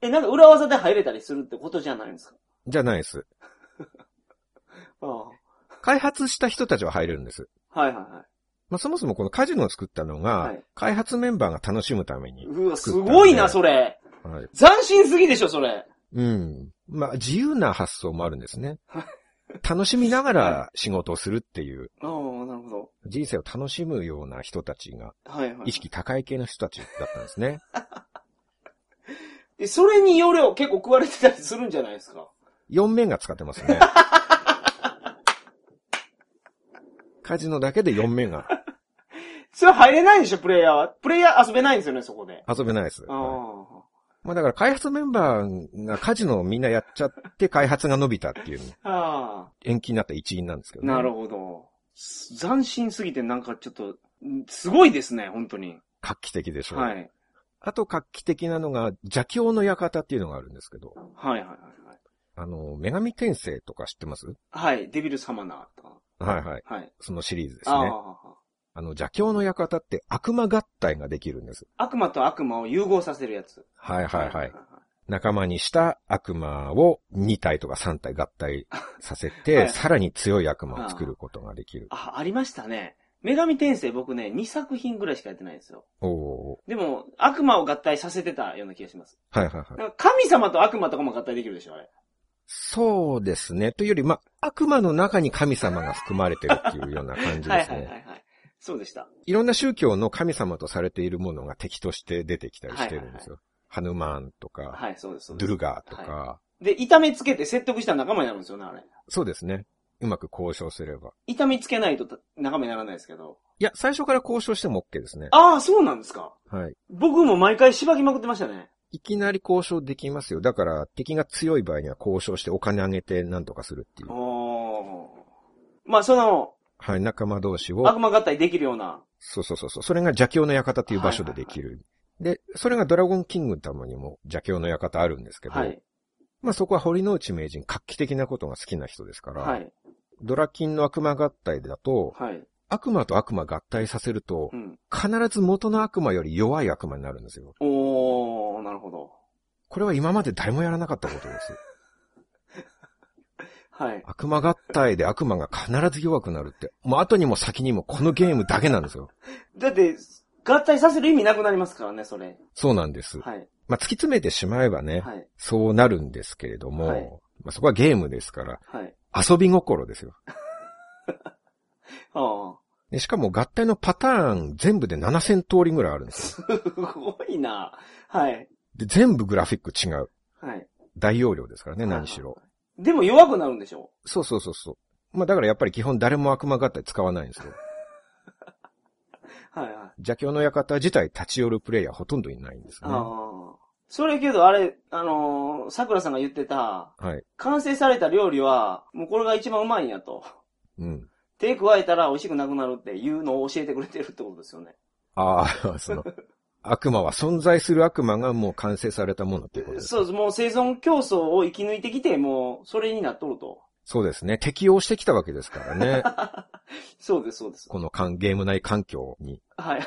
[SPEAKER 3] え、なんか裏技で入れたりするってことじゃないんですか
[SPEAKER 2] じゃないです。
[SPEAKER 3] ああ。
[SPEAKER 2] 開発した人たちは入れるんです。
[SPEAKER 3] はいはいは
[SPEAKER 2] まあ、そもそもこのカジノを作ったのが、
[SPEAKER 3] はい
[SPEAKER 2] 開発メンバーが楽しむために
[SPEAKER 3] い。。うわ、すごいな、それ。
[SPEAKER 2] はい。
[SPEAKER 3] 斬新すぎでしょ、それ。
[SPEAKER 2] うん。まあ、自由な発想もあるんですね
[SPEAKER 3] はい。
[SPEAKER 2] 楽しみながら仕事をするっていう、
[SPEAKER 3] ああ、なるほど。
[SPEAKER 2] 人生を楽しむような人たちが、
[SPEAKER 3] はいはい。
[SPEAKER 2] 意識高い系の人たちだったんですね。
[SPEAKER 3] え、それに容量結構食われてたりするんじゃないですか
[SPEAKER 2] 4面が使ってます ね。カジノだけで4面が
[SPEAKER 3] それ入れないでしょ、プレイヤーは。プレイヤー遊べないんですよね、そこで。
[SPEAKER 2] 遊べないです。
[SPEAKER 3] あ
[SPEAKER 2] はい
[SPEAKER 3] あ。
[SPEAKER 2] まあだから開発メンバーがカジノをみんなやっちゃって開発が伸びたっていう
[SPEAKER 3] ああ。
[SPEAKER 2] 延期になった一因なんですけど、ね。
[SPEAKER 3] なるほど。す斬新すぎてなんかちょっと、んすごいですね、本当に。
[SPEAKER 2] 画期的でしょう。
[SPEAKER 3] はい。
[SPEAKER 2] あと画期的なのが邪教の館っていうのがあるんですけど、
[SPEAKER 3] はいはいはい
[SPEAKER 2] あの、女神転生とか知ってます
[SPEAKER 3] はい。はい、デビルサマナーとか。
[SPEAKER 2] はいはい。
[SPEAKER 3] はい。
[SPEAKER 2] そのシリーズですね。
[SPEAKER 3] あ
[SPEAKER 2] あ
[SPEAKER 3] あ。
[SPEAKER 2] の、邪教の館って悪魔合体ができるんです。
[SPEAKER 3] 悪魔と悪魔を融合させるやつ。
[SPEAKER 2] はいはいはい。仲間にした悪魔を2体とか3体合体させて、
[SPEAKER 3] はい
[SPEAKER 2] さらに強い悪魔を作ることができる。
[SPEAKER 3] あ、ありましたね。女神転生僕ね、2作品ぐらいしかやってないんですよ。
[SPEAKER 2] おお
[SPEAKER 3] でも、悪魔を合体させてたような気がします。
[SPEAKER 2] ーはいはいはい。
[SPEAKER 3] なんか神様と悪魔とかも合体できるでしょ、あれ。
[SPEAKER 2] そうですね。というより、ま、悪魔の中に神様が含まれてるっていうような感じ
[SPEAKER 3] は
[SPEAKER 2] で
[SPEAKER 3] い
[SPEAKER 2] す
[SPEAKER 3] はいはいは
[SPEAKER 2] ね。
[SPEAKER 3] い。そうでした。
[SPEAKER 2] いろんな宗教の神様とされているものが敵として出てきたりしてるんですよ。ハヌマーンとか、
[SPEAKER 3] はい、そうです。そう
[SPEAKER 2] ド
[SPEAKER 3] で
[SPEAKER 2] ゥ
[SPEAKER 3] す
[SPEAKER 2] ルガーとか。
[SPEAKER 3] で、痛めつけて説得したら仲間になるんですよね、あれ。
[SPEAKER 2] そうですね。うまく交渉すれば。
[SPEAKER 3] 痛みつけないと仲間にならないですけど。
[SPEAKER 2] いや、最初から交渉しても OK ですね。
[SPEAKER 3] ああ、そうなんですか。
[SPEAKER 2] はい。
[SPEAKER 3] 僕も毎回しばきまくってましたね。
[SPEAKER 2] いきなり交渉できますよ。だから、敵が強い場合には交渉してお金あげて何とかするっていう。
[SPEAKER 3] おーまあ、その、
[SPEAKER 2] はい、仲間同士
[SPEAKER 3] 悪
[SPEAKER 2] を。
[SPEAKER 3] 魔合体できるような。
[SPEAKER 2] そうそうそうそう。それが邪教の館っていう場所でできる。で、それがドラゴンキングダムにも邪教の館あるんですけど、
[SPEAKER 3] はい。
[SPEAKER 2] まあそこは堀之内名人、画期的なことが好きな人ですから、
[SPEAKER 3] はい。
[SPEAKER 2] ドラキンの悪魔合体だと、
[SPEAKER 3] はい。
[SPEAKER 2] 悪魔と悪魔合体させると
[SPEAKER 3] う、ん。
[SPEAKER 2] 必ず元の悪魔より弱い悪魔になるんですよ。
[SPEAKER 3] おー、なるほど。
[SPEAKER 2] これは今まで誰もやらなかったことです。
[SPEAKER 3] はい。
[SPEAKER 2] 悪魔合体で悪魔が必ず弱くなるって、もう後にも先にもこのゲームだけなんですよ。
[SPEAKER 3] だって、合体させる意味なくなりますからね、それ。
[SPEAKER 2] そうなんです。
[SPEAKER 3] はい。
[SPEAKER 2] まあ、突き詰めてしまえばね、
[SPEAKER 3] はい。
[SPEAKER 2] そうなるんですけれども、
[SPEAKER 3] はい
[SPEAKER 2] まあ、そこはゲームですから、
[SPEAKER 3] はい。
[SPEAKER 2] 遊び心ですよ。
[SPEAKER 3] ああ。
[SPEAKER 2] でしかも合体のパターン全部で7000通りぐらいあるんですよ。
[SPEAKER 3] すごいな。はい。
[SPEAKER 2] で、全部グラフィック違う。
[SPEAKER 3] はい。
[SPEAKER 2] 大容量ですからね、何しろ。
[SPEAKER 3] でも弱くなるんでしょ
[SPEAKER 2] そうそうそうそう。まあだからやっぱり基本誰も悪魔合体使わないんですよ。
[SPEAKER 3] はいはい。
[SPEAKER 2] 邪教の館自体立ち寄るプレイヤーほとんどいないんですね。は
[SPEAKER 3] ああ。それけど、あれ、あのー、桜さんが言ってた、
[SPEAKER 2] い。
[SPEAKER 3] 完成された料理は、もうこれが一番うまいんやと。
[SPEAKER 2] うん。
[SPEAKER 3] 手加えたら美味しくなくなるっていうのを教えてくれてるってことですよね。
[SPEAKER 2] ああ、 その、悪魔は存在する悪魔がもう完成されたものっていうことです。
[SPEAKER 3] そうです。もう生存競争を生き抜いてきて、もう、それになっとると。
[SPEAKER 2] そうですね。適応してきたわけですからね。
[SPEAKER 3] そうです、そうです。
[SPEAKER 2] このかんゲーム内環境に。
[SPEAKER 3] はい。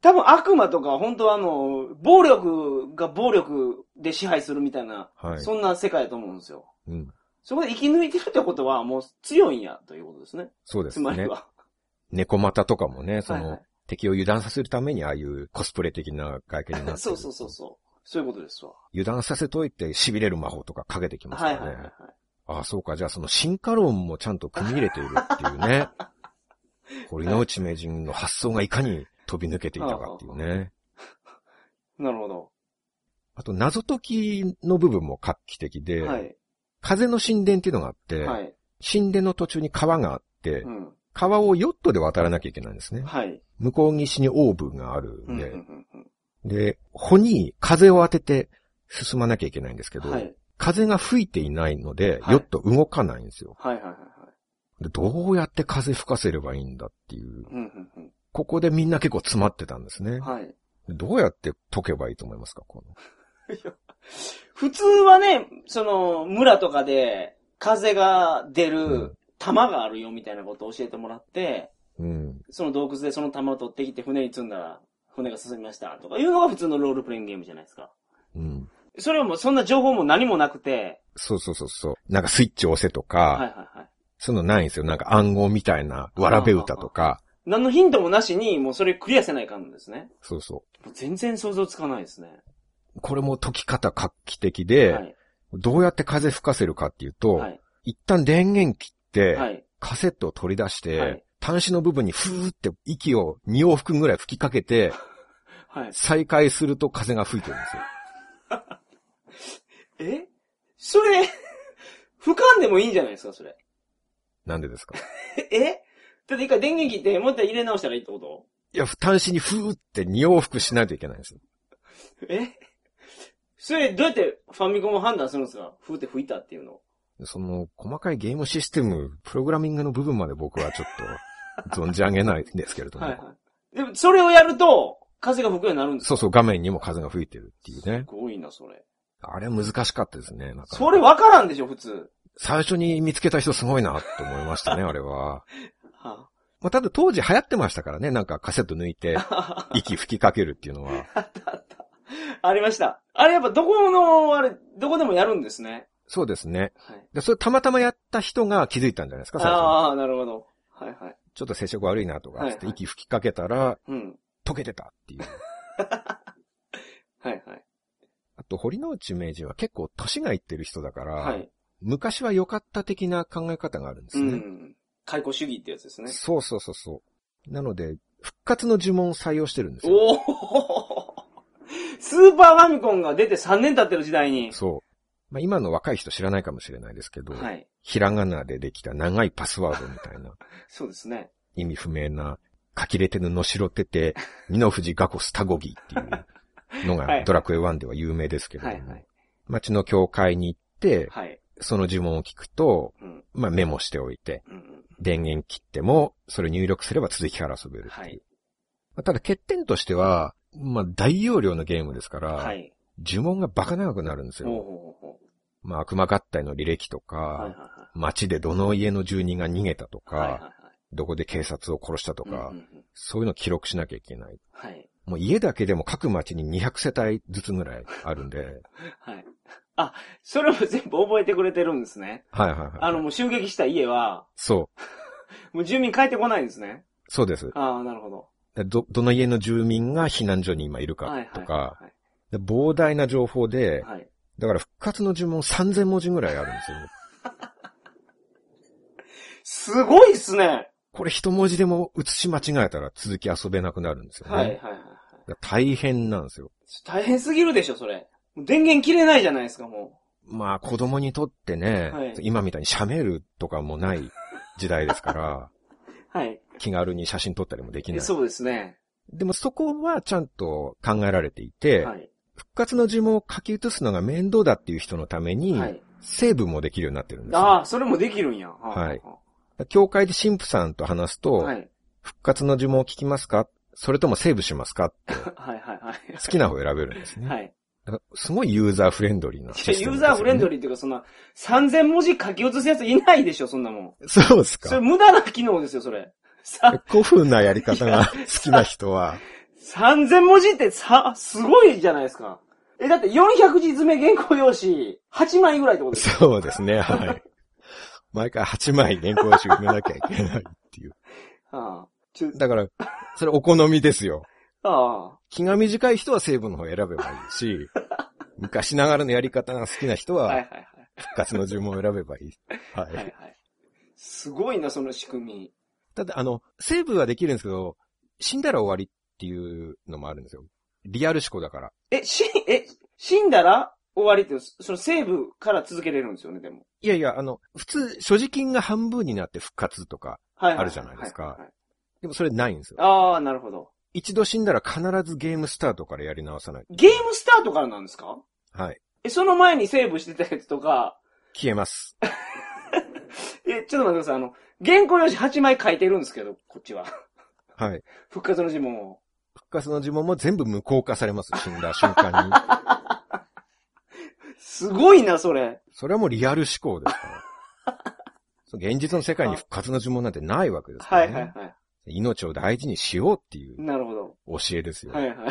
[SPEAKER 3] 多分悪魔とかは本当はあの、暴力が暴力で支配するみたいな、
[SPEAKER 2] はい。
[SPEAKER 3] そんな世界だと思うんですよ。
[SPEAKER 2] うん。
[SPEAKER 3] そこで生き抜いてるってことはもう強いんやということですね。
[SPEAKER 2] そうです
[SPEAKER 3] つまり
[SPEAKER 2] ね。
[SPEAKER 3] は。
[SPEAKER 2] 猫股とかもね、そ
[SPEAKER 3] はい
[SPEAKER 2] の、
[SPEAKER 3] はい
[SPEAKER 2] 敵を油断させるためにああいうコスプレ的な外見になってる
[SPEAKER 3] そうそうそうそう。そういうことですわ。
[SPEAKER 2] 油断させといて痺れる魔法とかかけてきますか
[SPEAKER 3] は
[SPEAKER 2] ら
[SPEAKER 3] い
[SPEAKER 2] ね。
[SPEAKER 3] はいはいはい。
[SPEAKER 2] ああ、そうか。じゃあその進化論もちゃんと組み入れているっていう ね。堀之内名人の発想がいかに飛び抜けていたかっていうね。
[SPEAKER 3] なるほど。
[SPEAKER 2] あと、謎解きの部分も画期的で、
[SPEAKER 3] はい。
[SPEAKER 2] 風の神殿っていうのがあって、
[SPEAKER 3] はい。
[SPEAKER 2] 神殿の途中に川があって、
[SPEAKER 3] うん。
[SPEAKER 2] 川をヨットで渡らなきゃいけないんですね。
[SPEAKER 3] はい。
[SPEAKER 2] 向こう岸にオーブがある
[SPEAKER 3] うん
[SPEAKER 2] ん
[SPEAKER 3] う
[SPEAKER 2] で、
[SPEAKER 3] んうん
[SPEAKER 2] で、穂に風を当てて進まなきゃいけないんですけ
[SPEAKER 3] うん
[SPEAKER 2] ど、
[SPEAKER 3] はい。
[SPEAKER 2] 風が吹いていないので、
[SPEAKER 3] はい
[SPEAKER 2] ヨット動かないんですよ。
[SPEAKER 3] はいはいはいはい。
[SPEAKER 2] でどうやって風吹かせればいいんだっていう。
[SPEAKER 3] うんうん
[SPEAKER 2] ここでみんな結構詰まってたんです
[SPEAKER 3] う
[SPEAKER 2] ね
[SPEAKER 3] ん。。はい。
[SPEAKER 2] どうやって解けばいいと思いますかこの。
[SPEAKER 3] 普通はね、その、村とかで、風が出
[SPEAKER 2] うん
[SPEAKER 3] る玉があるよみたいなことを教えてもらって、
[SPEAKER 2] うん。
[SPEAKER 3] その洞窟でその玉を取ってきて船に積んだら、船が進みましたとかいうのが普通のロールプレイングゲームじゃないですか。
[SPEAKER 2] うん。
[SPEAKER 3] それはもうそんな情報も何もなくて、
[SPEAKER 2] そうそうそうそう。なんかスイッチ押せとか、
[SPEAKER 3] はいはいはい。
[SPEAKER 2] そういうのないんですよ。なんか暗号みたいな、わらべ歌とか。
[SPEAKER 3] 何のヒントもなしに、もうそれクリアせないかんですね。
[SPEAKER 2] そうそ
[SPEAKER 3] もう全然想像つかないですね。
[SPEAKER 2] う。これも解き方画期的で、
[SPEAKER 3] はい。
[SPEAKER 2] どうやって風吹かせるかっていうと、
[SPEAKER 3] はい。
[SPEAKER 2] 一旦電源切って、
[SPEAKER 3] はい。
[SPEAKER 2] カセットを取り出して、
[SPEAKER 3] はい
[SPEAKER 2] 端子の部分にふーって息を2往復ぐらい吹きかけて、
[SPEAKER 3] はい。
[SPEAKER 2] 再開すると風が吹いてるんですよ。
[SPEAKER 3] えそれ、 俯瞰でもいいんじゃないですか、それ。
[SPEAKER 2] なんでですか
[SPEAKER 3] えだって一回電源切って、もう一回入れ直したらいいってこと
[SPEAKER 2] いや、端子にふーって2往復しないといけないんですよ。
[SPEAKER 3] えそれ、どうやってファミコンを判断するんですかふーって吹いたっていうの。
[SPEAKER 2] その、細かいゲームシステム、プログラミングの部分まで僕はちょっと、存じ上げないんですけれども。
[SPEAKER 3] はいはい。でも、それをやると、風が吹くようになるんです
[SPEAKER 2] そ
[SPEAKER 3] か
[SPEAKER 2] うそう、画面にも風が吹いてるっていうね
[SPEAKER 3] す。ごいな、それ。
[SPEAKER 2] あれは難しかったですね。なんか
[SPEAKER 3] それわからんでしょ、普通。
[SPEAKER 2] 最初に見つけた人すごいなって思いま したね、あれは。
[SPEAKER 3] は
[SPEAKER 2] まあ、ただ当時流行ってましたからね、なんかカセット抜いて、
[SPEAKER 3] あ、
[SPEAKER 2] 息吹きかけるっていうのは。
[SPEAKER 3] ありました。あれやっぱどこの、あれ、どこでもやるんですね。
[SPEAKER 2] そうですね。
[SPEAKER 3] はい。
[SPEAKER 2] で、それたまたまやった人が気づいたんじゃないですか、最初に。
[SPEAKER 3] ああ、なるほど。はいはい。
[SPEAKER 2] ちょっと接触悪いなとか、
[SPEAKER 3] はい
[SPEAKER 2] つって息吹きかけたら、
[SPEAKER 3] うん。
[SPEAKER 2] 溶けてたっていう。
[SPEAKER 3] はいはい。
[SPEAKER 2] あと、堀之内名人は結構年がいってる人だから、
[SPEAKER 3] はい。
[SPEAKER 2] 昔は良かった的な考え方があるんです
[SPEAKER 3] う
[SPEAKER 2] ね。
[SPEAKER 3] ん。解雇主義ってやつですね。
[SPEAKER 2] そうそうそうそう。なので、復活の呪文を採用してるんですよ。
[SPEAKER 3] おお スーパーファミコンが出て3年経ってる時代に。
[SPEAKER 2] そう。まあ、今の若い人知らないかもしれないですけど、
[SPEAKER 3] はい。
[SPEAKER 2] ひらがなでできた長いパスワードみたい な、
[SPEAKER 3] そうですね。
[SPEAKER 2] 意味不明な、書きれてぬのしろて て、ミノフジガコスタゴギっていうの
[SPEAKER 3] は
[SPEAKER 2] が
[SPEAKER 3] い
[SPEAKER 2] ドラクエ1では有名ですけれど
[SPEAKER 3] は
[SPEAKER 2] も、
[SPEAKER 3] いはい。
[SPEAKER 2] 街の教会に行って、
[SPEAKER 3] はい。
[SPEAKER 2] その呪文を聞くと、
[SPEAKER 3] うん。
[SPEAKER 2] まあ、メモしておいて、
[SPEAKER 3] うんうん。
[SPEAKER 2] 電源切っても、それ入力すれば続きから遊べるっていう。
[SPEAKER 3] はい。
[SPEAKER 2] まあただ欠点としては、まあ、大容量のゲームですから、
[SPEAKER 3] はい。
[SPEAKER 2] 呪文がバカ長くなるんです
[SPEAKER 3] ほうほう
[SPEAKER 2] よ。
[SPEAKER 3] ほうほ
[SPEAKER 2] まあ、悪魔合体の履歴とか、
[SPEAKER 3] はいは
[SPEAKER 2] 街でどの家の住人が逃げたとか、
[SPEAKER 3] いはい。はいはいはい。
[SPEAKER 2] どこで警察を殺したとか、
[SPEAKER 3] うんうんうん
[SPEAKER 2] そういうのを記録しなきゃいけない。
[SPEAKER 3] はい。
[SPEAKER 2] もう家だけでも各町に200世帯ずつぐらいあるんで、
[SPEAKER 3] はい。あ、それも全部覚えてくれてるんですね。
[SPEAKER 2] はいはいはい。
[SPEAKER 3] あの、もう襲撃した家は、
[SPEAKER 2] そう、
[SPEAKER 3] もう住民帰ってこないんですね。
[SPEAKER 2] そうです。
[SPEAKER 3] ああ、なるほど。
[SPEAKER 2] でど、どの家の住民が避難所に今いる
[SPEAKER 3] はい
[SPEAKER 2] か
[SPEAKER 3] は
[SPEAKER 2] と
[SPEAKER 3] い
[SPEAKER 2] か、
[SPEAKER 3] は
[SPEAKER 2] で膨大な情報で
[SPEAKER 3] い。、はい。
[SPEAKER 2] だから復活の呪文3000文字ぐらいあるんですよ。
[SPEAKER 3] すごいっすね。
[SPEAKER 2] これ一文字でも写し間違えたら続き遊べなくなるんですよね。
[SPEAKER 3] はいはいはいは
[SPEAKER 2] だ
[SPEAKER 3] い。
[SPEAKER 2] から大変なんですよ。
[SPEAKER 3] 大変すぎるでしょ、それ。もう電源切れないじゃないですか、も
[SPEAKER 2] まあ子供にとってね、
[SPEAKER 3] はい
[SPEAKER 2] 今みたいに喋るとかもない時代です から、
[SPEAKER 3] う。はい。
[SPEAKER 2] 気軽に写真撮ったりもできない。
[SPEAKER 3] そうですね。
[SPEAKER 2] でもそこはちゃんと考えられていて、
[SPEAKER 3] はい。
[SPEAKER 2] 復活の呪文を書き写すのが面倒だっていう人のために、
[SPEAKER 3] はい。
[SPEAKER 2] セーブもできるようになってるんですよ。
[SPEAKER 3] ああ、それもできるんや。
[SPEAKER 2] はい教会で神父さんと話すと、
[SPEAKER 3] はい。はい
[SPEAKER 2] 復活の呪文を聞きますかそれともセーブしますか
[SPEAKER 3] はいはい。
[SPEAKER 2] 好きな方を選べるんですね。
[SPEAKER 3] はい。
[SPEAKER 2] だからすごいユーザーフレンドリーなシ
[SPEAKER 3] いや
[SPEAKER 2] ステ
[SPEAKER 3] ユ
[SPEAKER 2] ムで
[SPEAKER 3] ー
[SPEAKER 2] すよね、
[SPEAKER 3] ザーフレンドリーっていうか、そんな、3000文字書き写すやついないでしょ、そんなもん。
[SPEAKER 2] そうです
[SPEAKER 3] そ
[SPEAKER 2] か。
[SPEAKER 3] れ無駄な機能ですよ、それ。さ、
[SPEAKER 2] 古風なやり方が好きな人は。
[SPEAKER 3] 3000文字ってさ、すごいじゃないですか。え、だって400字詰め原稿用紙、8枚ぐらいってことですよ。
[SPEAKER 2] そうですね、はい。毎回8枚原稿紙埋めなきゃいけないっていう。
[SPEAKER 3] ああ。ちょ、
[SPEAKER 2] だから、それお好みですよ。
[SPEAKER 3] ああ。
[SPEAKER 2] 気が短い人は成分の方を選べばいいし、昔ながらのやり方が好きな人
[SPEAKER 3] はいはい
[SPEAKER 2] は
[SPEAKER 3] はい。
[SPEAKER 2] 復活の呪文を選べばいい。はい。
[SPEAKER 3] はいはい。すごいな、その仕組み。
[SPEAKER 2] ただ、あの、セーブはできるんですけど、死んだら終わりっていうのもあるんですよ。リアル思考だから。
[SPEAKER 3] え、し、え、死んだら終わりって、そのセーブから続けれるんですよね、でも。
[SPEAKER 2] いやいや、あの、普通、所持金が半分になって復活とか、
[SPEAKER 3] はいはい、
[SPEAKER 2] あるじゃないですか
[SPEAKER 3] はははい
[SPEAKER 2] でもそれないんですよ。
[SPEAKER 3] ああ、なるほど。
[SPEAKER 2] 一度死んだら必ずゲームスタートからやり直さない。
[SPEAKER 3] ゲームスタートからなんですか
[SPEAKER 2] はい。
[SPEAKER 3] え、その前にセーブしてたやつとか、
[SPEAKER 2] 消えます。
[SPEAKER 3] え、ちょっと待ってください。あの、原稿用紙8枚書いてるんですけど、こっちは。
[SPEAKER 2] はい。
[SPEAKER 3] 復活の呪文を。
[SPEAKER 2] 復活の呪文も全部無効化されます。死んだ瞬間 に。
[SPEAKER 3] すごいな、それ。
[SPEAKER 2] それはもうリアル思考ですから。そう現実の世界に復活の呪文なんてないわけですか
[SPEAKER 3] は
[SPEAKER 2] ら、
[SPEAKER 3] い
[SPEAKER 2] ね。
[SPEAKER 3] はいはい。
[SPEAKER 2] 命を大事にしようっていう
[SPEAKER 3] なるほど。
[SPEAKER 2] 教えですよ。
[SPEAKER 3] はいはい。は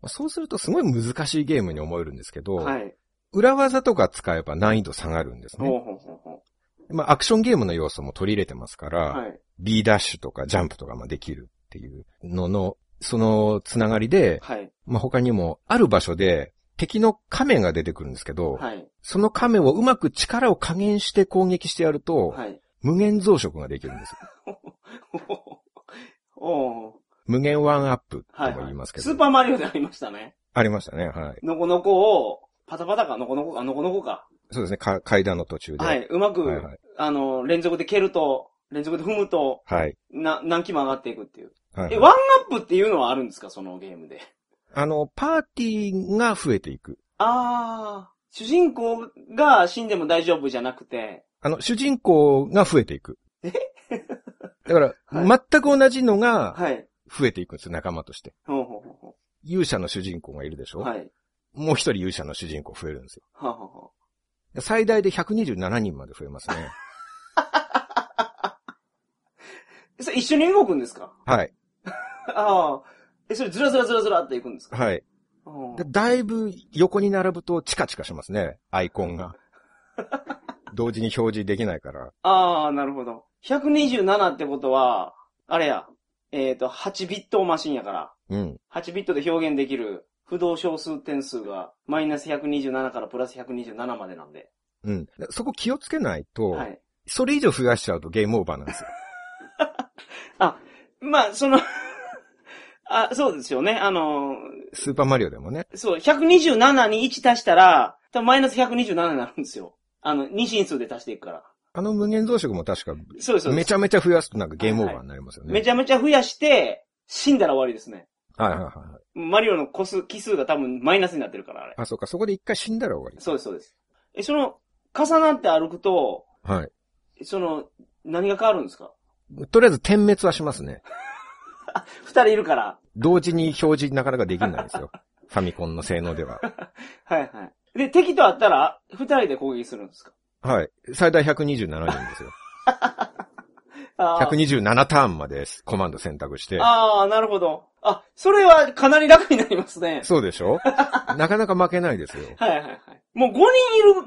[SPEAKER 2] まあそうするとすごい難しいゲームに思えるんですけど、
[SPEAKER 3] あ。はい。
[SPEAKER 2] 裏技とか使えば難易度下がるんです
[SPEAKER 3] ほ
[SPEAKER 2] ね。
[SPEAKER 3] うほうほうほ
[SPEAKER 2] まあ、アクションゲームの要素も取り入れてますから、
[SPEAKER 3] う。はい。
[SPEAKER 2] B ダッシュとかジャンプとかもできるっていうのの、そのつながりで、
[SPEAKER 3] はい。
[SPEAKER 2] まあ、他にもある場所で敵の亀が出てくるんですけど、
[SPEAKER 3] はい。
[SPEAKER 2] その亀をうまく力を加減して攻撃してやると、
[SPEAKER 3] はい。
[SPEAKER 2] 無限増殖ができるんですよ。
[SPEAKER 3] おー
[SPEAKER 2] 無限ワンアップと
[SPEAKER 3] はい、
[SPEAKER 2] も言
[SPEAKER 3] は
[SPEAKER 2] い
[SPEAKER 3] い
[SPEAKER 2] ます。けど、
[SPEAKER 3] スーパーマリオでありましたね。
[SPEAKER 2] ありましたね。はい。
[SPEAKER 3] のこのこを、パタパタか、のこのこか、のこのこか。
[SPEAKER 2] そうですね。か階段の途中で。
[SPEAKER 3] はい。うまく、
[SPEAKER 2] はいはい。
[SPEAKER 3] あの、連続で蹴ると、連続で踏むと、
[SPEAKER 2] はい。
[SPEAKER 3] な、何期も上がっていくっていう。
[SPEAKER 2] はい
[SPEAKER 3] え、ワンアップっていうのはあるんですかそのゲームで。
[SPEAKER 2] あの、パーティーが増えていく。
[SPEAKER 3] あー、主人公が死んでも大丈夫じゃなくて、
[SPEAKER 2] あの、主人公が増えていく。 だから、
[SPEAKER 3] は
[SPEAKER 2] 全く同じのが
[SPEAKER 3] はい。
[SPEAKER 2] 増えていくんです、仲間として。
[SPEAKER 3] ほうほうほうほ
[SPEAKER 2] 勇者の主人公がいるでし
[SPEAKER 3] う。
[SPEAKER 2] ょ、
[SPEAKER 3] はい。
[SPEAKER 2] もう一人勇者の主人公増えるんですよ。
[SPEAKER 3] はあ、はあは
[SPEAKER 2] 最大で127人まで増えますね。
[SPEAKER 3] あ、それ一緒に動くんですか
[SPEAKER 2] はい。
[SPEAKER 3] ああ。え、それずらずらずらずらっていくんですか
[SPEAKER 2] はい。
[SPEAKER 3] うん
[SPEAKER 2] でだいぶ横に並ぶとチカチカしますね、アイコン が。同時に表示できないから。
[SPEAKER 3] ああ、なるほど。127ってことは、あれや、えっ、と、8ビットマシンやから、
[SPEAKER 2] うん。
[SPEAKER 3] 8ビットで表現できる不動小数点数が、マイナス127からプラス127までなんで。
[SPEAKER 2] うん。そこ気をつけないと、
[SPEAKER 3] はい。
[SPEAKER 2] それ以上増やしちゃうとゲームオーバーなんですよ。
[SPEAKER 3] まあ、その、 あ、そうですよね。あの、
[SPEAKER 2] スーパーマリオでもね。
[SPEAKER 3] そう、127に1足したら、多分マイナス127になるんですよ。あの、二進数で足していくから。
[SPEAKER 2] あの無限増殖も確か
[SPEAKER 3] そうです、そうで
[SPEAKER 2] め
[SPEAKER 3] す。
[SPEAKER 2] ちゃめちゃ増やすとなんかゲームオーバーになりますよね。
[SPEAKER 3] めちゃめちゃ増やして、死んだら終わりですね。
[SPEAKER 2] はいはいはい。
[SPEAKER 3] マリオの個数、奇数が多分マイナスになってるから、あれ。
[SPEAKER 2] あ、そうか、そこで一回死んだら終わり。
[SPEAKER 3] そうです、そうです。え、その、重なって歩くと、
[SPEAKER 2] はい。
[SPEAKER 3] その、何が変わるんですか
[SPEAKER 2] とりあえず点滅はしますね。
[SPEAKER 3] 二人いるから。
[SPEAKER 2] 同時に表示なかなかできないんですよ。ファミコンの性能では。
[SPEAKER 3] はいはい。で、敵と会ったら、二人で攻撃するんですか
[SPEAKER 2] はい。最大127人ですよ。
[SPEAKER 3] あー
[SPEAKER 2] 127ターンまでコマンド選択して。
[SPEAKER 3] あー、なるほど。あ、それはかなり楽になりま すね。
[SPEAKER 2] そうでし ょなかなか負けないですよ。
[SPEAKER 3] はいはいはい。もう5人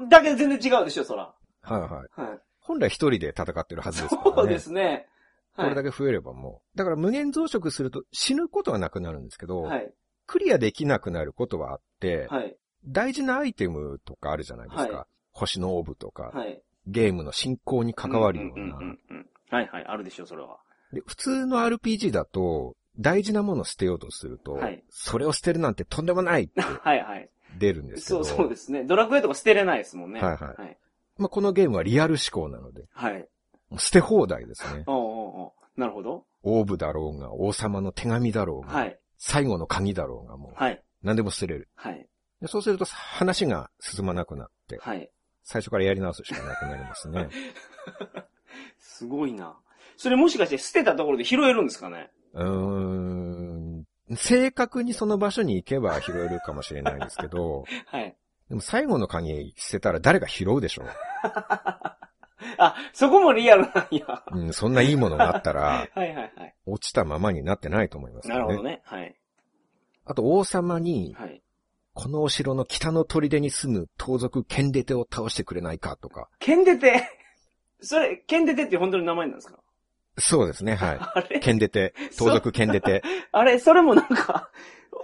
[SPEAKER 3] いるだけで全然違うでしょ、そら。
[SPEAKER 2] はいはい。
[SPEAKER 3] はい。
[SPEAKER 2] 本来一人で戦ってるはずですからね。
[SPEAKER 3] そうですね。
[SPEAKER 2] こ
[SPEAKER 3] は
[SPEAKER 2] れ
[SPEAKER 3] い
[SPEAKER 2] だ。け増えればもう。だから無限増殖すると死ぬことはなくなるんですけど、
[SPEAKER 3] はい。
[SPEAKER 2] クリアできなくなることはあって、
[SPEAKER 3] はい。
[SPEAKER 2] 大事なアイテムとかあるじゃないですか。
[SPEAKER 3] は
[SPEAKER 2] 星のオーブとか、
[SPEAKER 3] はい。
[SPEAKER 2] ゲームの進行に関わるような。
[SPEAKER 3] んんうんうんはいはい、あるでしょ、それは。
[SPEAKER 2] で普通の RPG だと、大事なものを捨てようとすると、
[SPEAKER 3] はい
[SPEAKER 2] それを捨てるなんてとんでも ないって
[SPEAKER 3] はいはい。
[SPEAKER 2] 出るんですけ
[SPEAKER 3] そ
[SPEAKER 2] ど、
[SPEAKER 3] うそうですね。ドラクエとか捨てれないですもんね。
[SPEAKER 2] はいはい
[SPEAKER 3] はい。
[SPEAKER 2] まあ、このゲームはリアル思考なので、
[SPEAKER 3] はい。。
[SPEAKER 2] もう捨て放題ですね
[SPEAKER 3] おうおうおうなるほど。
[SPEAKER 2] オーブだろうが、王様の手紙だろうが、
[SPEAKER 3] はい。
[SPEAKER 2] 最後の鍵だろうが、もう、
[SPEAKER 3] はい。
[SPEAKER 2] 何でも捨てれる。
[SPEAKER 3] はい。
[SPEAKER 2] でそうすると話が進まなくなって、
[SPEAKER 3] はい。
[SPEAKER 2] 最初からやり直すしかなくなりますね。
[SPEAKER 3] すごいな。それもしかして捨てたところで拾えるんですかね
[SPEAKER 2] うーん。正確にその場所に行けば拾えるかもしれないですけど、
[SPEAKER 3] はい。
[SPEAKER 2] でも最後の鍵捨てたら誰が拾うでしょ
[SPEAKER 3] あ、そこもリアルなんや。は
[SPEAKER 2] う。うん、そんないいものがあったら、
[SPEAKER 3] いはいはい。
[SPEAKER 2] 落ちたままになってないと思います、ね。
[SPEAKER 3] なるほどね。はい。
[SPEAKER 2] あと王様に、
[SPEAKER 3] はい。
[SPEAKER 2] このお城の北の砦に住む盗賊剣出手を倒してくれないかとか。
[SPEAKER 3] ケンデテ。 それ、ケンデテって本当に名前なんですか
[SPEAKER 2] そうですね、は
[SPEAKER 3] あ
[SPEAKER 2] い。
[SPEAKER 3] れ
[SPEAKER 2] 剣出手、盗賊剣出手。
[SPEAKER 3] あれ、それもなんか、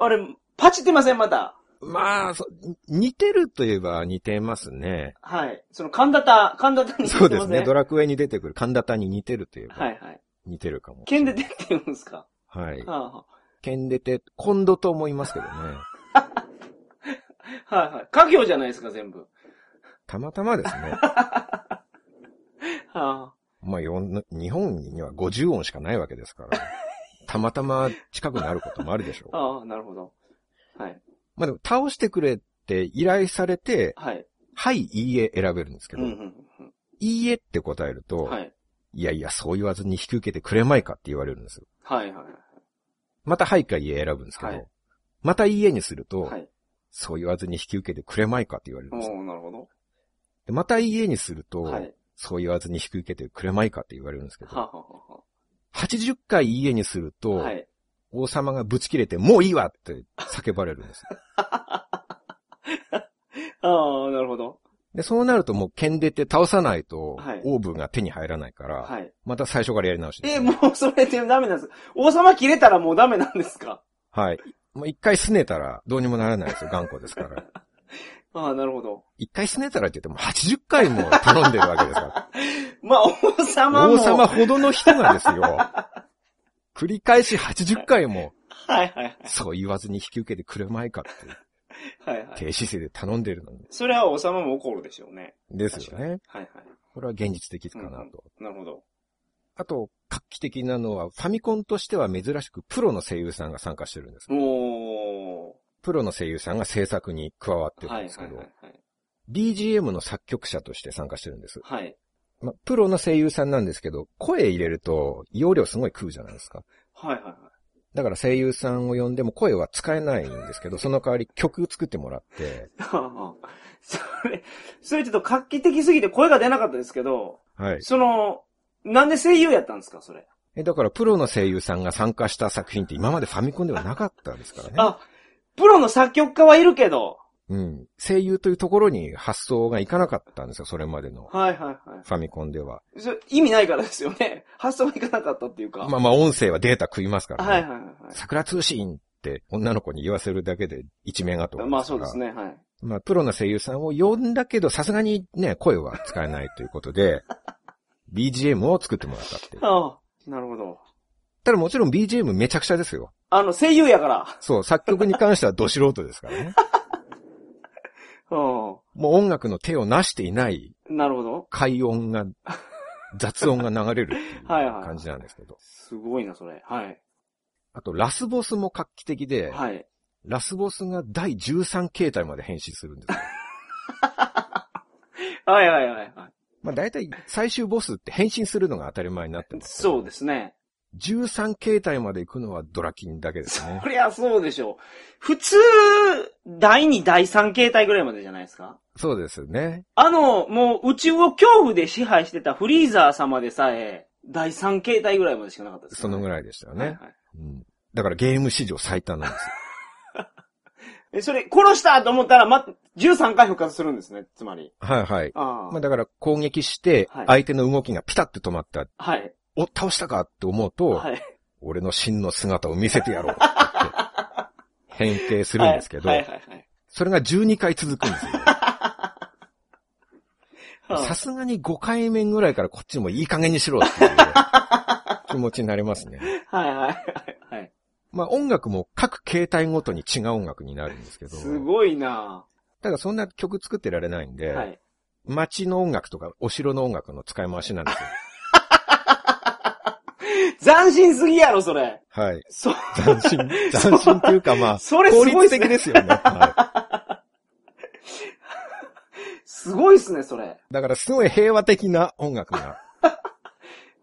[SPEAKER 3] あれ、パチってませんまた。
[SPEAKER 2] まあ、そ似てるといえば似てますね。
[SPEAKER 3] はい。その、神田田、神田田に。
[SPEAKER 2] そうですね。ド
[SPEAKER 3] ラ
[SPEAKER 2] ラクエに出てくる神田田に似てるといえ
[SPEAKER 3] は
[SPEAKER 2] ば
[SPEAKER 3] いはい。
[SPEAKER 2] 似てるかも。
[SPEAKER 3] ケンデテって言うんですか
[SPEAKER 2] はい。
[SPEAKER 3] はあは
[SPEAKER 2] 剣出て、今度と思いますけどね。
[SPEAKER 3] あはいはい。家業じゃないですか、全部。
[SPEAKER 2] たまたまですね。
[SPEAKER 3] は
[SPEAKER 2] まあ、よん日本には50音しかないわけです から。たまたま近くなることもあるでしょ
[SPEAKER 3] あ。
[SPEAKER 2] う。
[SPEAKER 3] ああ、なるほど。はい。
[SPEAKER 2] まあでも、倒してくれって依頼されて、
[SPEAKER 3] はい。
[SPEAKER 2] はい、いいえ選べるんですけ
[SPEAKER 3] うん
[SPEAKER 2] ど、
[SPEAKER 3] う
[SPEAKER 2] い
[SPEAKER 3] んうん
[SPEAKER 2] いえって答える
[SPEAKER 3] う
[SPEAKER 2] と、
[SPEAKER 3] ん。はい。
[SPEAKER 2] いやいや、そう言わずに引き受けてくれまいかって言われるんですよ。
[SPEAKER 3] はいはい。
[SPEAKER 2] またはいかいいえ選ぶんですけど、
[SPEAKER 3] はい
[SPEAKER 2] またいいえにすると、
[SPEAKER 3] はい。
[SPEAKER 2] そう言わずに引き受けてくれまいかって言われるん
[SPEAKER 3] お
[SPEAKER 2] ですよ。
[SPEAKER 3] おなるほど。
[SPEAKER 2] でまたいいえにすると、
[SPEAKER 3] はい。
[SPEAKER 2] そう言わずに引き受けてくれまいかって言われるんですけど、
[SPEAKER 3] はあはあは
[SPEAKER 2] 80回いいえにすると、
[SPEAKER 3] あはい。
[SPEAKER 2] 王様がぶち切れて、もういいわって叫ばれるんですよ。
[SPEAKER 3] ああ、なるほど。
[SPEAKER 2] で、そうなるともう剣出て倒さないと、
[SPEAKER 3] はい
[SPEAKER 2] オーブが手に入らないから、
[SPEAKER 3] はい。
[SPEAKER 2] また最初からやり直しです
[SPEAKER 3] え、もうそれでダメなんですか王様切れたらもうダメなんですか
[SPEAKER 2] はい。もう一回拗ねたらどうにもならないです よ、頑固ですから。
[SPEAKER 3] ああ、なるほど。
[SPEAKER 2] 一回拗ねたらって言っても80回も頼んでるわけですか
[SPEAKER 3] まあ、王様
[SPEAKER 2] ら。
[SPEAKER 3] も。
[SPEAKER 2] 王様ほどの人なんですよ。 繰り返し80回も、
[SPEAKER 3] はいはいはい。
[SPEAKER 2] そう言わずに引き受けてくれまいかって、
[SPEAKER 3] はいはい。
[SPEAKER 2] 低姿勢で頼んでるのに。
[SPEAKER 3] それは王様も怒るでしょうね。
[SPEAKER 2] ですよね。
[SPEAKER 3] はいは
[SPEAKER 2] これは現実的かなと。
[SPEAKER 3] い。なるほど。
[SPEAKER 2] あと、画期的なのは、ファミコンとしては珍しくプロの声優さんが参加してるんです。
[SPEAKER 3] おー。
[SPEAKER 2] プロの声優さんが制作に加わってる
[SPEAKER 3] は
[SPEAKER 2] ん
[SPEAKER 3] い
[SPEAKER 2] です
[SPEAKER 3] は
[SPEAKER 2] け
[SPEAKER 3] い
[SPEAKER 2] ど、
[SPEAKER 3] はいはい。
[SPEAKER 2] BGM の作曲者として参加してるんです。
[SPEAKER 3] はい。
[SPEAKER 2] まあ、プロの声優さんなんですけど、声入れると、容量すごい食うじゃないですか。
[SPEAKER 3] はいはいは
[SPEAKER 2] だから声優さんを呼んでも声は使えないんですけど、その代わり曲作ってもらって、
[SPEAKER 3] い。 それ、それちょっと画期的すぎて声が出なかったですけど、
[SPEAKER 2] はい。
[SPEAKER 3] その、なんで声優やったんですか、それ。
[SPEAKER 2] え、だからプロの声優さんが参加した作品って今までファミコンではなかったですからね。
[SPEAKER 3] あ、プロの作曲家はいるけど。
[SPEAKER 2] うん。声優というところに発想がいかなかったんですよ、それまでの。
[SPEAKER 3] はいはいは
[SPEAKER 2] ファミコンでは。
[SPEAKER 3] い。それ意味ないからですよね。 発想はいかなかったっていうか。
[SPEAKER 2] まあまあ音声はデータ食いますからね。
[SPEAKER 3] はいはいはい
[SPEAKER 2] 桜通信って女の子に言わせるだけで一面後
[SPEAKER 3] は
[SPEAKER 2] が
[SPEAKER 3] い。まあそうです。ね、はい。
[SPEAKER 2] まあプロの声優さんを呼んだけど、さすがにね、声は使えないということ で、BGM を作ってもらったっていう。
[SPEAKER 3] ああ、なるほど。
[SPEAKER 2] ただもちろん BGM めちゃくちゃですよ。
[SPEAKER 3] あの、声優やから。
[SPEAKER 2] そう、作曲に関してはど素人ですからね。
[SPEAKER 3] うん。
[SPEAKER 2] もう音楽の手をなしていない
[SPEAKER 3] なるほど。
[SPEAKER 2] 快音が、雑音が流れるっていう
[SPEAKER 3] はいはい
[SPEAKER 2] 感じなんですけど。
[SPEAKER 3] すごいな、それ。はい。
[SPEAKER 2] あと、ラスボスも画期的で、
[SPEAKER 3] はい。
[SPEAKER 2] ラスボスが第13形態まで変身するんですよ。
[SPEAKER 3] はいはいはいはい。
[SPEAKER 2] まあ大体最終ボスって変身するのが当たり前になってます。
[SPEAKER 3] そうですね。
[SPEAKER 2] 13形態まで行くのはドラキンだけですね
[SPEAKER 3] そ。りゃそうでしょう。普通、第2、第3形態ぐらいまでじゃないですか
[SPEAKER 2] そうですね。
[SPEAKER 3] あの、もう宇宙を恐怖で支配してたフリーザー様でさえ、第3形態ぐらいまでしかなかったです、
[SPEAKER 2] そのぐ
[SPEAKER 3] い
[SPEAKER 2] らいでしたよ
[SPEAKER 3] はい
[SPEAKER 2] ね。
[SPEAKER 3] はい
[SPEAKER 2] うん。だからゲーム史上最多なんです よ。
[SPEAKER 3] えそれ、殺したと思ったら、ま、13回復活するんですね、つまり。
[SPEAKER 2] はいはい。
[SPEAKER 3] ああ。
[SPEAKER 2] まあだから攻撃して
[SPEAKER 3] はい、
[SPEAKER 2] 相手の動きがピタッて止まった。
[SPEAKER 3] はい。
[SPEAKER 2] お、倒したかって思うと、
[SPEAKER 3] はい。
[SPEAKER 2] 俺の真の姿を見せてやろう って言って変形するんですけど、
[SPEAKER 3] はいはいはいはい。
[SPEAKER 2] それが12回続くんですよ。
[SPEAKER 3] うん
[SPEAKER 2] さすがに5回目ぐらいからこっちもいい加減にしろ っていう気持ちになりますね。
[SPEAKER 3] はいはいはいはい。
[SPEAKER 2] まあ音楽も各形態ごとに違う音楽になるんですけど、
[SPEAKER 3] すごいな
[SPEAKER 2] ただそんな曲作ってられないんで、
[SPEAKER 3] はい。
[SPEAKER 2] 街の音楽とかお城の音楽の使い回しなん ですよ。
[SPEAKER 3] 斬新すぎやろ、それ。
[SPEAKER 2] はい。
[SPEAKER 3] そ、
[SPEAKER 2] 斬新、斬新っていうかまあ、
[SPEAKER 3] それす
[SPEAKER 2] 効
[SPEAKER 3] ごいっ
[SPEAKER 2] 率
[SPEAKER 3] す
[SPEAKER 2] 的
[SPEAKER 3] ね。
[SPEAKER 2] ですよね。は
[SPEAKER 3] すごいっすね、それ。
[SPEAKER 2] い。だからすごい平和的な音楽が。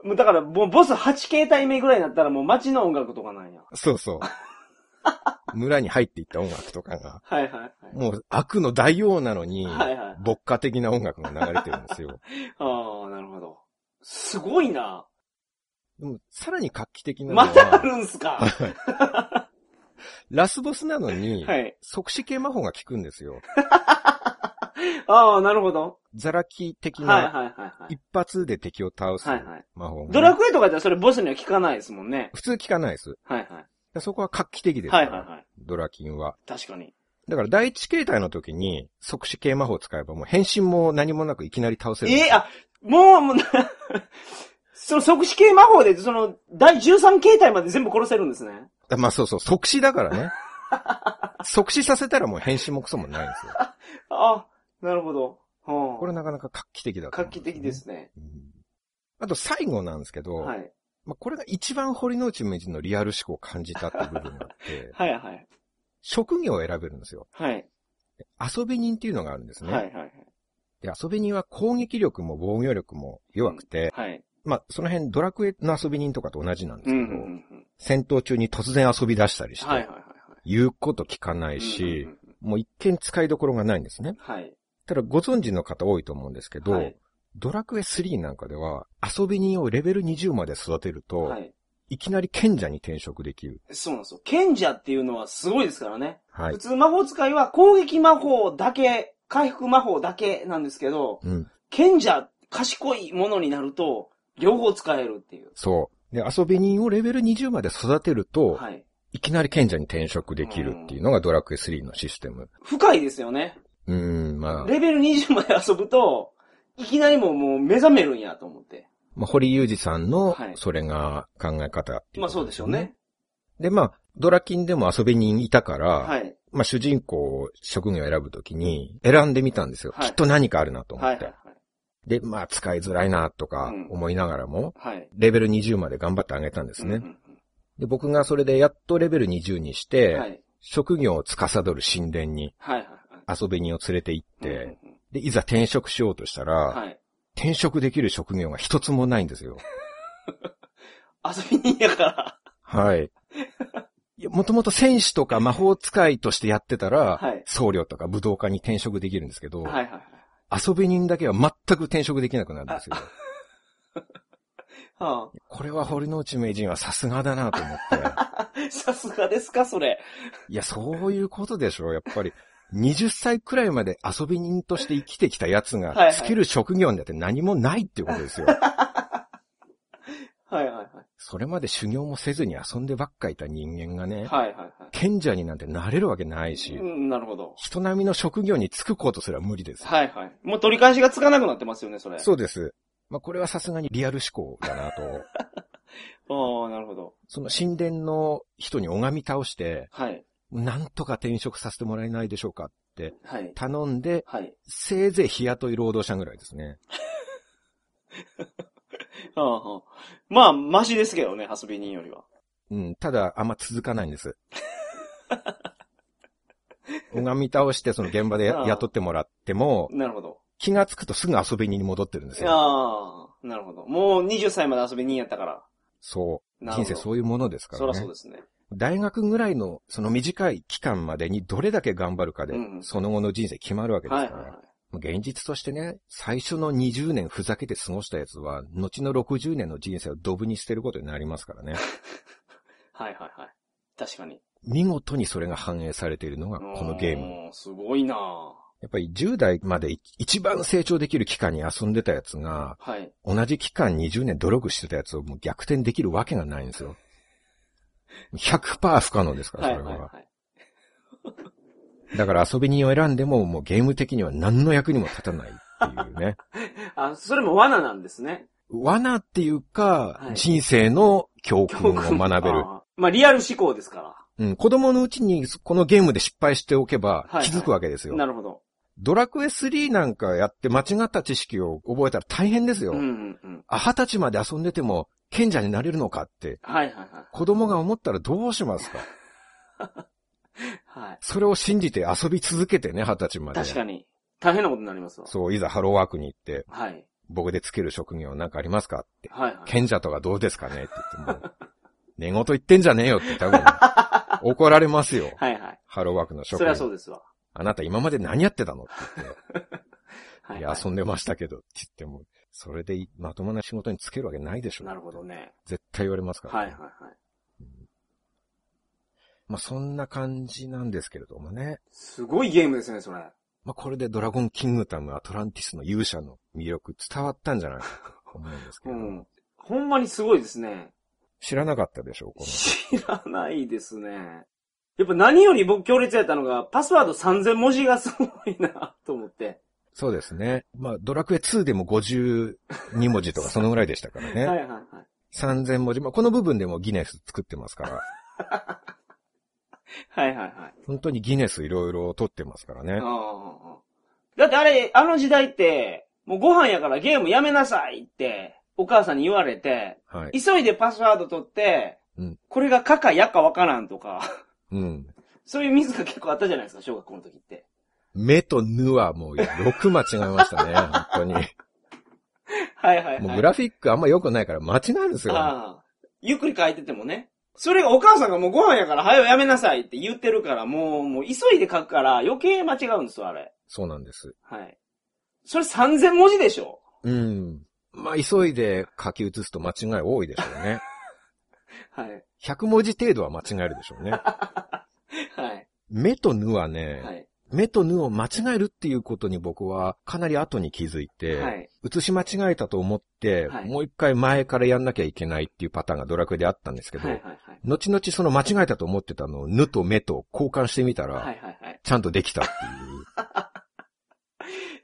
[SPEAKER 3] もうだから、もうボス8形態目ぐらいになったらもう街の音楽とかなんや。
[SPEAKER 2] そうそう。村に入っていった音楽とかが、
[SPEAKER 3] はいはいはい。
[SPEAKER 2] もう悪の大王なのに、
[SPEAKER 3] はいはい。
[SPEAKER 2] 牧歌的な音楽が流れてるんですよ。
[SPEAKER 3] ああ、なるほど。すごいな
[SPEAKER 2] でも、さらに画期的なの
[SPEAKER 3] またあ
[SPEAKER 2] は、
[SPEAKER 3] るんすか
[SPEAKER 2] ラスボスなのに、
[SPEAKER 3] はい。
[SPEAKER 2] 即死系魔法が効くんです よ。
[SPEAKER 3] ああ、なるほど。
[SPEAKER 2] ザラキ的
[SPEAKER 3] はいはい
[SPEAKER 2] な、
[SPEAKER 3] はいはい。
[SPEAKER 2] 一発で敵を倒す
[SPEAKER 3] はいはい。
[SPEAKER 2] 魔法がね、
[SPEAKER 3] ドラクエとかじゃそれボスには効かないですもんね。
[SPEAKER 2] 普通効かないです。
[SPEAKER 3] はいはい。
[SPEAKER 2] そこは画期的ですか
[SPEAKER 3] は
[SPEAKER 2] ら、
[SPEAKER 3] いはいはい。
[SPEAKER 2] ドラキンは。
[SPEAKER 3] 確かに。
[SPEAKER 2] だから第一形態の時に即死系魔法を使えばもう変身も何もなくいきなり倒せる。
[SPEAKER 3] ええあ、もう、もう、 なその即死系魔法で、その、第13形態まで全部殺せるんですね。
[SPEAKER 2] あまあそうそう、即死だからね。 即死させたらもう変身もクソもないん ですよ。
[SPEAKER 3] あ、なるほど。はあ、
[SPEAKER 2] これなかなか画期的だと
[SPEAKER 3] 画
[SPEAKER 2] 思うん
[SPEAKER 3] 期
[SPEAKER 2] よね
[SPEAKER 3] 的で。すね。
[SPEAKER 2] うんあと最後なんですけど、
[SPEAKER 3] はい。
[SPEAKER 2] まあこれが一番堀之内名人のリアル思考を感じたって部分があって、
[SPEAKER 3] はいはい。
[SPEAKER 2] 職業を選べるんですよ。
[SPEAKER 3] はい。
[SPEAKER 2] 遊び人っていうのがあるんですね。
[SPEAKER 3] はいはいはい。
[SPEAKER 2] で遊び人は攻撃力も防御力も弱くて、
[SPEAKER 3] はい。
[SPEAKER 2] まあその辺ドラクエの遊び人とかと同じなんです
[SPEAKER 3] う
[SPEAKER 2] け
[SPEAKER 3] ん
[SPEAKER 2] ど、
[SPEAKER 3] うんうんうん。
[SPEAKER 2] 戦闘中に突然遊び出したりして、
[SPEAKER 3] はいはいはいは。
[SPEAKER 2] 言うこと聞かないい
[SPEAKER 3] うん
[SPEAKER 2] し
[SPEAKER 3] う、んうん
[SPEAKER 2] もう一見使いどころがないんですね。
[SPEAKER 3] はい。
[SPEAKER 2] ただご存知の方多いと思うんですけど、
[SPEAKER 3] はい
[SPEAKER 2] ドラクエ3なんかでは遊び人をレベル20まで育てると、、
[SPEAKER 3] はいい。
[SPEAKER 2] きなり賢者に転職できる。
[SPEAKER 3] そうなんですよ。賢者っていうのはすごいですからね。
[SPEAKER 2] は
[SPEAKER 3] 普
[SPEAKER 2] い。
[SPEAKER 3] 通魔法使いは攻撃魔法だけ、回復魔法だけなんですけど、
[SPEAKER 2] うん。
[SPEAKER 3] 賢者、賢いものになると、両方使えるっていう。
[SPEAKER 2] そう。で、遊び人をレベル20まで育てると、
[SPEAKER 3] はい。
[SPEAKER 2] い、きなり賢者に転職できるっていうのがドラクエ3のシステム。
[SPEAKER 3] 深いですよね。
[SPEAKER 2] うーん、まあ、
[SPEAKER 3] レベル20まで遊ぶと、いきなりもうもう目覚めるんやと思って。
[SPEAKER 2] まあ、堀裕二さんの
[SPEAKER 3] はい、
[SPEAKER 2] それが考え方っていうこと、
[SPEAKER 3] まあそうでしょうね。。
[SPEAKER 2] で、まあ、ドラキンでも遊び人いたから、
[SPEAKER 3] はい。
[SPEAKER 2] まあ、主人公を職業を選ぶときに選んでみたんですよ、
[SPEAKER 3] はい
[SPEAKER 2] きっと何かあるなと思
[SPEAKER 3] は
[SPEAKER 2] っ
[SPEAKER 3] い
[SPEAKER 2] て。
[SPEAKER 3] はい
[SPEAKER 2] で、まあ、使いづらいなとか
[SPEAKER 3] うん
[SPEAKER 2] 思いながらも、
[SPEAKER 3] はい。はい。
[SPEAKER 2] レベル20まで頑張ってあげたんですね。
[SPEAKER 3] うんうん
[SPEAKER 2] で、僕がそれでやっとレベル20にし
[SPEAKER 3] うん
[SPEAKER 2] て、
[SPEAKER 3] はい。
[SPEAKER 2] 職業を司る神殿に
[SPEAKER 3] はいはい
[SPEAKER 2] 遊び人を連れて行っ
[SPEAKER 3] はい。
[SPEAKER 2] て、
[SPEAKER 3] うんうん
[SPEAKER 2] で、いざ転職しようとしたら、
[SPEAKER 3] うん、はい。
[SPEAKER 2] 転職できる職業が一つもないんですよ。
[SPEAKER 3] 遊び人やから。
[SPEAKER 2] はい。いやもともと戦士とか魔法使いとしてやってたら、
[SPEAKER 3] はい
[SPEAKER 2] 僧侶とか武道家に転職できるんですけど、
[SPEAKER 3] はいはいはい。
[SPEAKER 2] 遊び人だけは全く転職できなくなるんですよ。
[SPEAKER 3] は
[SPEAKER 2] これは堀之内名人はさすがだなと思 って。
[SPEAKER 3] あ、さすがですか、それ。
[SPEAKER 2] いや、そういうことでしょう、やっぱり。20歳くらいまで遊び人として生きてきたやつ
[SPEAKER 3] はいは
[SPEAKER 2] が、
[SPEAKER 3] い
[SPEAKER 2] つける職業にだって何もないっていうことです よ。
[SPEAKER 3] はいはいはい。
[SPEAKER 2] それまで修行もせずに遊んでばっかいた人間がね、
[SPEAKER 3] はいはいはい。
[SPEAKER 2] 賢者になんてなれるわけないし
[SPEAKER 3] う、ん、なるほど。
[SPEAKER 2] 人並みの職業に就くことすら無理です。
[SPEAKER 3] はいはい。もう取り返しがつかなくなってますよね、それ。
[SPEAKER 2] そうです。まあ、これはさすがにリアル思考だなと。
[SPEAKER 3] ああ、なるほど。
[SPEAKER 2] その神殿の人に拝み倒して、
[SPEAKER 3] はい。
[SPEAKER 2] なんとか転職させてもらえないでしょうかって
[SPEAKER 3] はい。
[SPEAKER 2] 頼んで、
[SPEAKER 3] はい。
[SPEAKER 2] せいぜい日雇い労働者ぐらいですね。
[SPEAKER 3] ああ、まあ、マシですけどね、遊び人よりは。
[SPEAKER 2] うん、ただ、あんま続かないん です。拝み倒して、その現場でや
[SPEAKER 3] ああ
[SPEAKER 2] 雇ってもらっても、
[SPEAKER 3] なるほど。
[SPEAKER 2] 気がつくとすぐ遊びに戻ってるんですよ。
[SPEAKER 3] ああ、なるほど。もう20歳まで遊び人やったから。
[SPEAKER 2] そ
[SPEAKER 3] なる
[SPEAKER 2] 人
[SPEAKER 3] ほど
[SPEAKER 2] 生そういうものですか
[SPEAKER 3] そ
[SPEAKER 2] ら
[SPEAKER 3] らそう
[SPEAKER 2] ね。
[SPEAKER 3] ですね。
[SPEAKER 2] 大学ぐらいの、その短い期間までにどれだけ頑張るかで
[SPEAKER 3] うんう、ん
[SPEAKER 2] その後の人生決まるわけですか
[SPEAKER 3] はい
[SPEAKER 2] ら。
[SPEAKER 3] はいはい。
[SPEAKER 2] 現実としてね、最初の20年ふざけて過ごしたやつは、後の60年の人生をドブに捨てることになりますからね。
[SPEAKER 3] はいはいはい。確かに。
[SPEAKER 2] 見事にそれが反映されているのがこのゲーム。
[SPEAKER 3] ム。すごいなぁ
[SPEAKER 2] やっぱり10代まで一番成長できる期間に遊んでたやつが、
[SPEAKER 3] はい。
[SPEAKER 2] 同じ期間20年努力してたやつをもう逆転できるわけがないんですよ。100%不可能ですから、
[SPEAKER 3] は
[SPEAKER 2] それ
[SPEAKER 3] いはいは
[SPEAKER 2] は。だから遊び人を選んでも、もうゲーム的には何の役にも立たないっていうね。
[SPEAKER 3] い。あ、それも罠なんですね。
[SPEAKER 2] 罠っていう
[SPEAKER 3] は
[SPEAKER 2] か、
[SPEAKER 3] い
[SPEAKER 2] 人生の教訓を学べる。
[SPEAKER 3] あー。まあリアル思考ですか
[SPEAKER 2] うん、子供のうちにこのゲームで失敗しておけば
[SPEAKER 3] はいはい
[SPEAKER 2] 気づくわけですよ。
[SPEAKER 3] ら。なるほど。
[SPEAKER 2] ドラクエ3なんかやって間違った知識を覚えたら大変ですよ。
[SPEAKER 3] うんうんうん。
[SPEAKER 2] アハたちまで遊んでても賢者になれるのかって
[SPEAKER 3] はいはいはい。
[SPEAKER 2] 子供が思ったらどうします か
[SPEAKER 3] はい。
[SPEAKER 2] それを信じて遊び続けてね、二十歳まで。
[SPEAKER 3] 確かに。大変なことになりますわ。
[SPEAKER 2] そう、いざハローワークに行って、
[SPEAKER 3] はい。
[SPEAKER 2] 僕でつける職業なんかありますかって。
[SPEAKER 3] はいはい。
[SPEAKER 2] 賢者とかどうですかねって言っても、寝言言ってんじゃねえよって多 分、怒られますよ。
[SPEAKER 3] はいはい。
[SPEAKER 2] ハローワークの
[SPEAKER 3] そ
[SPEAKER 2] 職
[SPEAKER 3] れ
[SPEAKER 2] 員
[SPEAKER 3] はそうですわ。
[SPEAKER 2] あなた今まで何やってたのって言って。
[SPEAKER 3] はいいは
[SPEAKER 2] や、
[SPEAKER 3] い。
[SPEAKER 2] 遊んでましたけど、って言っても、それでまともな仕事につけるわけないでしょ。
[SPEAKER 3] なるほど。ね。
[SPEAKER 2] 絶対言われますから、
[SPEAKER 3] はいはいはい。
[SPEAKER 2] まあ、そんな感じなんですけれどもね。
[SPEAKER 3] すごいゲームですね、それ。
[SPEAKER 2] まあ、これでドラゴンキングダム、アトランティスの勇者の魅力伝わったんじゃないかと思うんですけ
[SPEAKER 3] う
[SPEAKER 2] れども、
[SPEAKER 3] ん。ほんまにすごいですね。
[SPEAKER 2] 知らなかったでしょう、こ
[SPEAKER 3] 知らないですね。やっぱ何より僕強烈やったのが、パスワード3000文字がすごいなと思って。
[SPEAKER 2] の。そうですね。まあ、ドラクエ2でも52文字とかそのぐらいでしたから
[SPEAKER 3] はい
[SPEAKER 2] ね。
[SPEAKER 3] はいはい。
[SPEAKER 2] 3000文字。まあ、この部分でもギネス作ってますから、
[SPEAKER 3] はいはいはい。
[SPEAKER 2] 本当にギネスいろいろ取ってますからね。
[SPEAKER 3] ああだってあれ、あの時代って、もうご飯やからゲームやめなさいって、お母さんに言われて、
[SPEAKER 2] はい。
[SPEAKER 3] 急いでパスワード取って、
[SPEAKER 2] うん
[SPEAKER 3] これがかかやかわからんとか、
[SPEAKER 2] うん。
[SPEAKER 3] そういうミスが結構あったじゃないですか、小学校の時って。
[SPEAKER 2] 目とぬはもうよく間違えましたね、 本当に。
[SPEAKER 3] はいはいはい。
[SPEAKER 2] もうグラフィックあんま良くないから間違えるんですよ。
[SPEAKER 3] ああゆっくり書いててもね。それがお母さんがもうご飯やから早よやめなさいって言ってるから、もう、もう急いで書くから余計間違うんですよ、あれ。
[SPEAKER 2] そうなんです。
[SPEAKER 3] はい。それ3000文字でしょ
[SPEAKER 2] うん。まあ、急いで書き写すと間違い多いでしょうね。
[SPEAKER 3] はい。
[SPEAKER 2] 100文字程度は間違えるでしょう ね。
[SPEAKER 3] はい。
[SPEAKER 2] 目とぬはね、
[SPEAKER 3] はい。
[SPEAKER 2] 目とぬを間違えるっていうことに僕はかなり後に気づいて、
[SPEAKER 3] はい。
[SPEAKER 2] 写し間違えたと思って、
[SPEAKER 3] はい
[SPEAKER 2] もう一回前からやんなきゃいけないっていうパターンがドラクエであったんですけど、
[SPEAKER 3] はいはいはい。
[SPEAKER 2] 後々その間違えたと思ってたのをぬと目と交換してみたら、
[SPEAKER 3] はいはいはい。
[SPEAKER 2] ちゃんとできたっていう。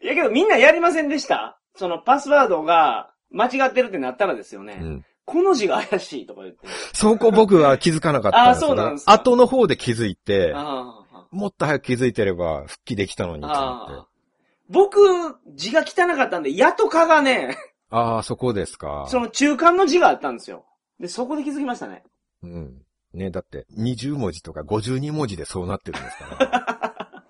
[SPEAKER 3] いやけどみんなやりませんでしたそのパスワードが間違ってるってなったらですよね。
[SPEAKER 2] うん
[SPEAKER 3] この字が怪しいとか言って。
[SPEAKER 2] そこ僕は気づかなかったんですよ、
[SPEAKER 3] あそうなんですか
[SPEAKER 2] 後の方で気づいて、
[SPEAKER 3] ああ。
[SPEAKER 2] もっと早く気づいてれば復帰できたのにと思って
[SPEAKER 3] ああ。。僕、字が汚かったんで、やとかがね、
[SPEAKER 2] ああ、そこですか。
[SPEAKER 3] その中間の字があったんですよ。で、そこで気づきましたね。
[SPEAKER 2] うん。ね、だって20文字とか52文字でそうなってるんです から。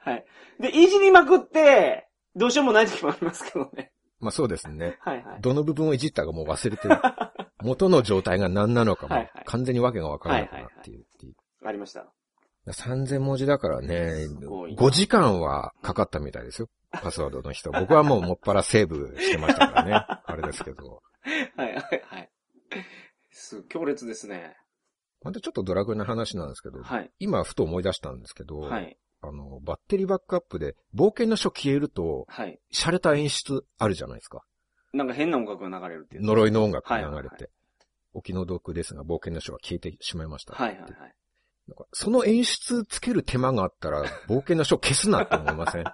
[SPEAKER 3] はい。で、いじりまくって、どうしようもない時もありますけどね。
[SPEAKER 2] まあそうですね。
[SPEAKER 3] はいはい。
[SPEAKER 2] どの部分をいじったかもう忘れてる。元の状態が何なのかも
[SPEAKER 3] はいはい
[SPEAKER 2] 完全にわけがわからなくなっているっていう。
[SPEAKER 3] ありました。
[SPEAKER 2] 3000文字だからね、
[SPEAKER 3] すごいな
[SPEAKER 2] 5時間はかかったみたいですよ。パスワードの人。僕はもうもっぱらセーブしてました からね。あれですけど。
[SPEAKER 3] はいはいはい。す、強烈ですね。
[SPEAKER 2] またちょっとドラクエの話なんですけど、
[SPEAKER 3] はい。
[SPEAKER 2] 今ふと思い出したんですけど、
[SPEAKER 3] はい。
[SPEAKER 2] あの、バッテリーバックアップで冒険の書消えると、
[SPEAKER 3] はい。
[SPEAKER 2] 洒落た演出あるじゃないですか。
[SPEAKER 3] なんか変な音楽が流れるっていう。
[SPEAKER 2] 呪いの音楽が流れて。
[SPEAKER 3] はいはいは
[SPEAKER 2] お気の毒ですが、冒険の書が消えてしまいました。
[SPEAKER 3] はいはいはい。
[SPEAKER 2] なんかその演出つける手間があったら、冒険の書消すなって思いません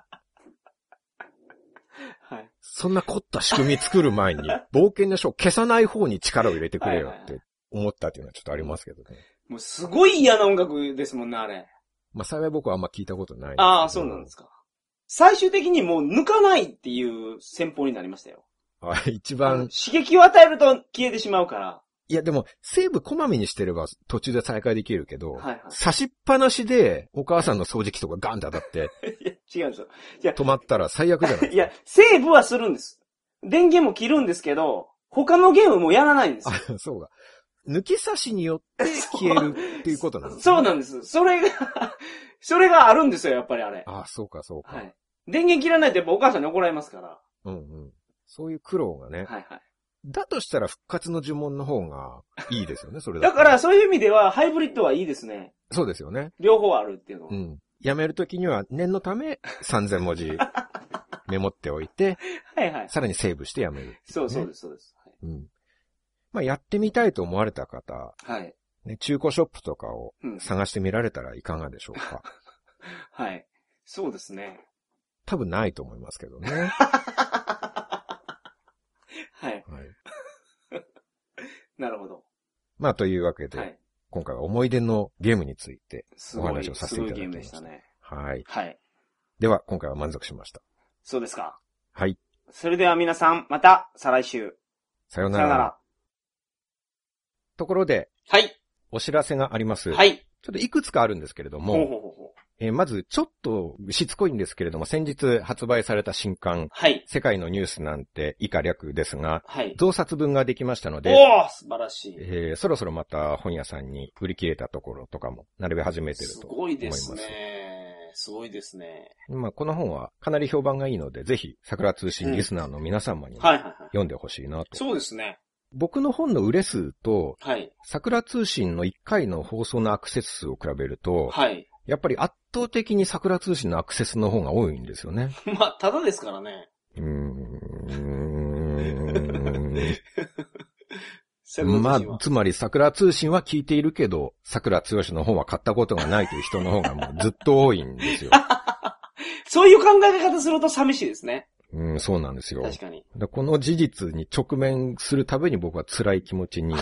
[SPEAKER 3] はい。
[SPEAKER 2] そんな凝った仕組み作る前に、冒険の書消さない方に力を入れてくれよって思ったっていうのはちょっとありますけどね。
[SPEAKER 3] もうすごい嫌な音楽ですもんね、あれ。
[SPEAKER 2] まあ幸い僕はあんま聞いたことない。
[SPEAKER 3] ああ、そうなんですすか。最終的にもう抜かないっていう戦法になりましたよ。
[SPEAKER 2] けど。あ一
[SPEAKER 3] あの
[SPEAKER 2] 番、
[SPEAKER 3] 刺激を与えると消えてしまうから。
[SPEAKER 2] いやでも、セーブこまめにしてれば途中で再開できるけど、
[SPEAKER 3] はいはい。
[SPEAKER 2] 差しっぱなしでお母さんの掃除機とかガンって当たって
[SPEAKER 3] いや違うんですよ。
[SPEAKER 2] 止まったら最悪じゃないですか。
[SPEAKER 3] いや、セーブはするんです。電源も切るんですけど、他のゲームもやらないんですよ。
[SPEAKER 2] そうか。抜き差しによって 消えるっていうことなんですね
[SPEAKER 3] そうなんです。それが、 それがあるんですよ、やっぱりあれ。
[SPEAKER 2] ああ、そうか、そうか。
[SPEAKER 3] はい。電源切らないとやっぱお母さんに怒られますから。
[SPEAKER 2] うんうん。そういう苦労がね。
[SPEAKER 3] はいはい。
[SPEAKER 2] だとしたら復活の呪文の方がいいですよね、それだ
[SPEAKER 3] だ
[SPEAKER 2] と
[SPEAKER 3] から、そういう意味では、ハイブリッドはいいですね。
[SPEAKER 2] そうですよね。
[SPEAKER 3] 両方あるっていうのは。
[SPEAKER 2] うん。やめるときには念のため3000文字メモっておいて、
[SPEAKER 3] はいはい。
[SPEAKER 2] さらにセーブしてやめる。
[SPEAKER 3] そうそうです、そうです。
[SPEAKER 2] うん。まあ、やってみたいと思われた方、
[SPEAKER 3] はい。
[SPEAKER 2] ね、中古ショップとかを
[SPEAKER 3] うん。
[SPEAKER 2] 探してみられたらいかがでしょう か。
[SPEAKER 3] はい。そうですね。
[SPEAKER 2] 多分ないと思いますけど ね。
[SPEAKER 3] はい。
[SPEAKER 2] はい、
[SPEAKER 3] なるほど。
[SPEAKER 2] まあ、というわけで、
[SPEAKER 3] はい。
[SPEAKER 2] 今回は思い出のゲームについて。
[SPEAKER 3] すご
[SPEAKER 2] お
[SPEAKER 3] い、
[SPEAKER 2] 話をさせ
[SPEAKER 3] す
[SPEAKER 2] てい
[SPEAKER 3] ご
[SPEAKER 2] た
[SPEAKER 3] い
[SPEAKER 2] だき
[SPEAKER 3] ゲー
[SPEAKER 2] ました
[SPEAKER 3] ムでしたね。
[SPEAKER 2] はい。
[SPEAKER 3] はい。
[SPEAKER 2] では、今回は満足しました。
[SPEAKER 3] そうですか。
[SPEAKER 2] はい。
[SPEAKER 3] それでは皆さん、また、再来週。
[SPEAKER 2] さよう
[SPEAKER 3] さ
[SPEAKER 2] な
[SPEAKER 3] よ
[SPEAKER 2] ら。
[SPEAKER 3] なら。
[SPEAKER 2] ところで、
[SPEAKER 3] はい。
[SPEAKER 2] お知らせがあります。
[SPEAKER 3] はい。
[SPEAKER 2] ちょっといくつかあるんですけれど
[SPEAKER 3] ほうほ
[SPEAKER 2] も、
[SPEAKER 3] うほうほう。
[SPEAKER 2] えーまず、ちょっとしつこいんですけれども、先日発売された新刊、
[SPEAKER 3] はい。
[SPEAKER 2] 世界のニュースなんて以下略ですが、
[SPEAKER 3] はい。
[SPEAKER 2] 増刷分ができましたの
[SPEAKER 3] お
[SPEAKER 2] で、
[SPEAKER 3] ー素晴らしい。
[SPEAKER 2] えーそろそろまた本屋さんに売り切れたところとかも並べ始めてる
[SPEAKER 3] す
[SPEAKER 2] と
[SPEAKER 3] ご
[SPEAKER 2] 思い
[SPEAKER 3] い
[SPEAKER 2] ま。
[SPEAKER 3] ですすね。すごいですね。
[SPEAKER 2] まあ、この本はかなり評判がいいので、ぜひ桜通信リスナーの皆様にも
[SPEAKER 3] はいはいはい。
[SPEAKER 2] 読んでほしいなと。
[SPEAKER 3] そうですね。
[SPEAKER 2] 僕の本の売れ数と、
[SPEAKER 3] はい。
[SPEAKER 2] 桜通信の1回の放送のアクセス数を比べると、
[SPEAKER 3] はい。
[SPEAKER 2] やっぱり圧倒的に桜通信のアクセスの方が多いんですよね。
[SPEAKER 3] まあ、ただですからね。
[SPEAKER 2] うー ん
[SPEAKER 3] セブン
[SPEAKER 2] ま
[SPEAKER 3] の
[SPEAKER 2] あ
[SPEAKER 3] 時は、
[SPEAKER 2] つまり桜通信は聞いているけど、桜通信の本は買ったことがないという人の方がもうずっと多いんです よ。
[SPEAKER 3] そういう考え方すると寂しいですね。
[SPEAKER 2] うん、そうなんですよ。
[SPEAKER 3] 確かに。
[SPEAKER 2] だこの事実に直面するたびに僕は辛い気持ちに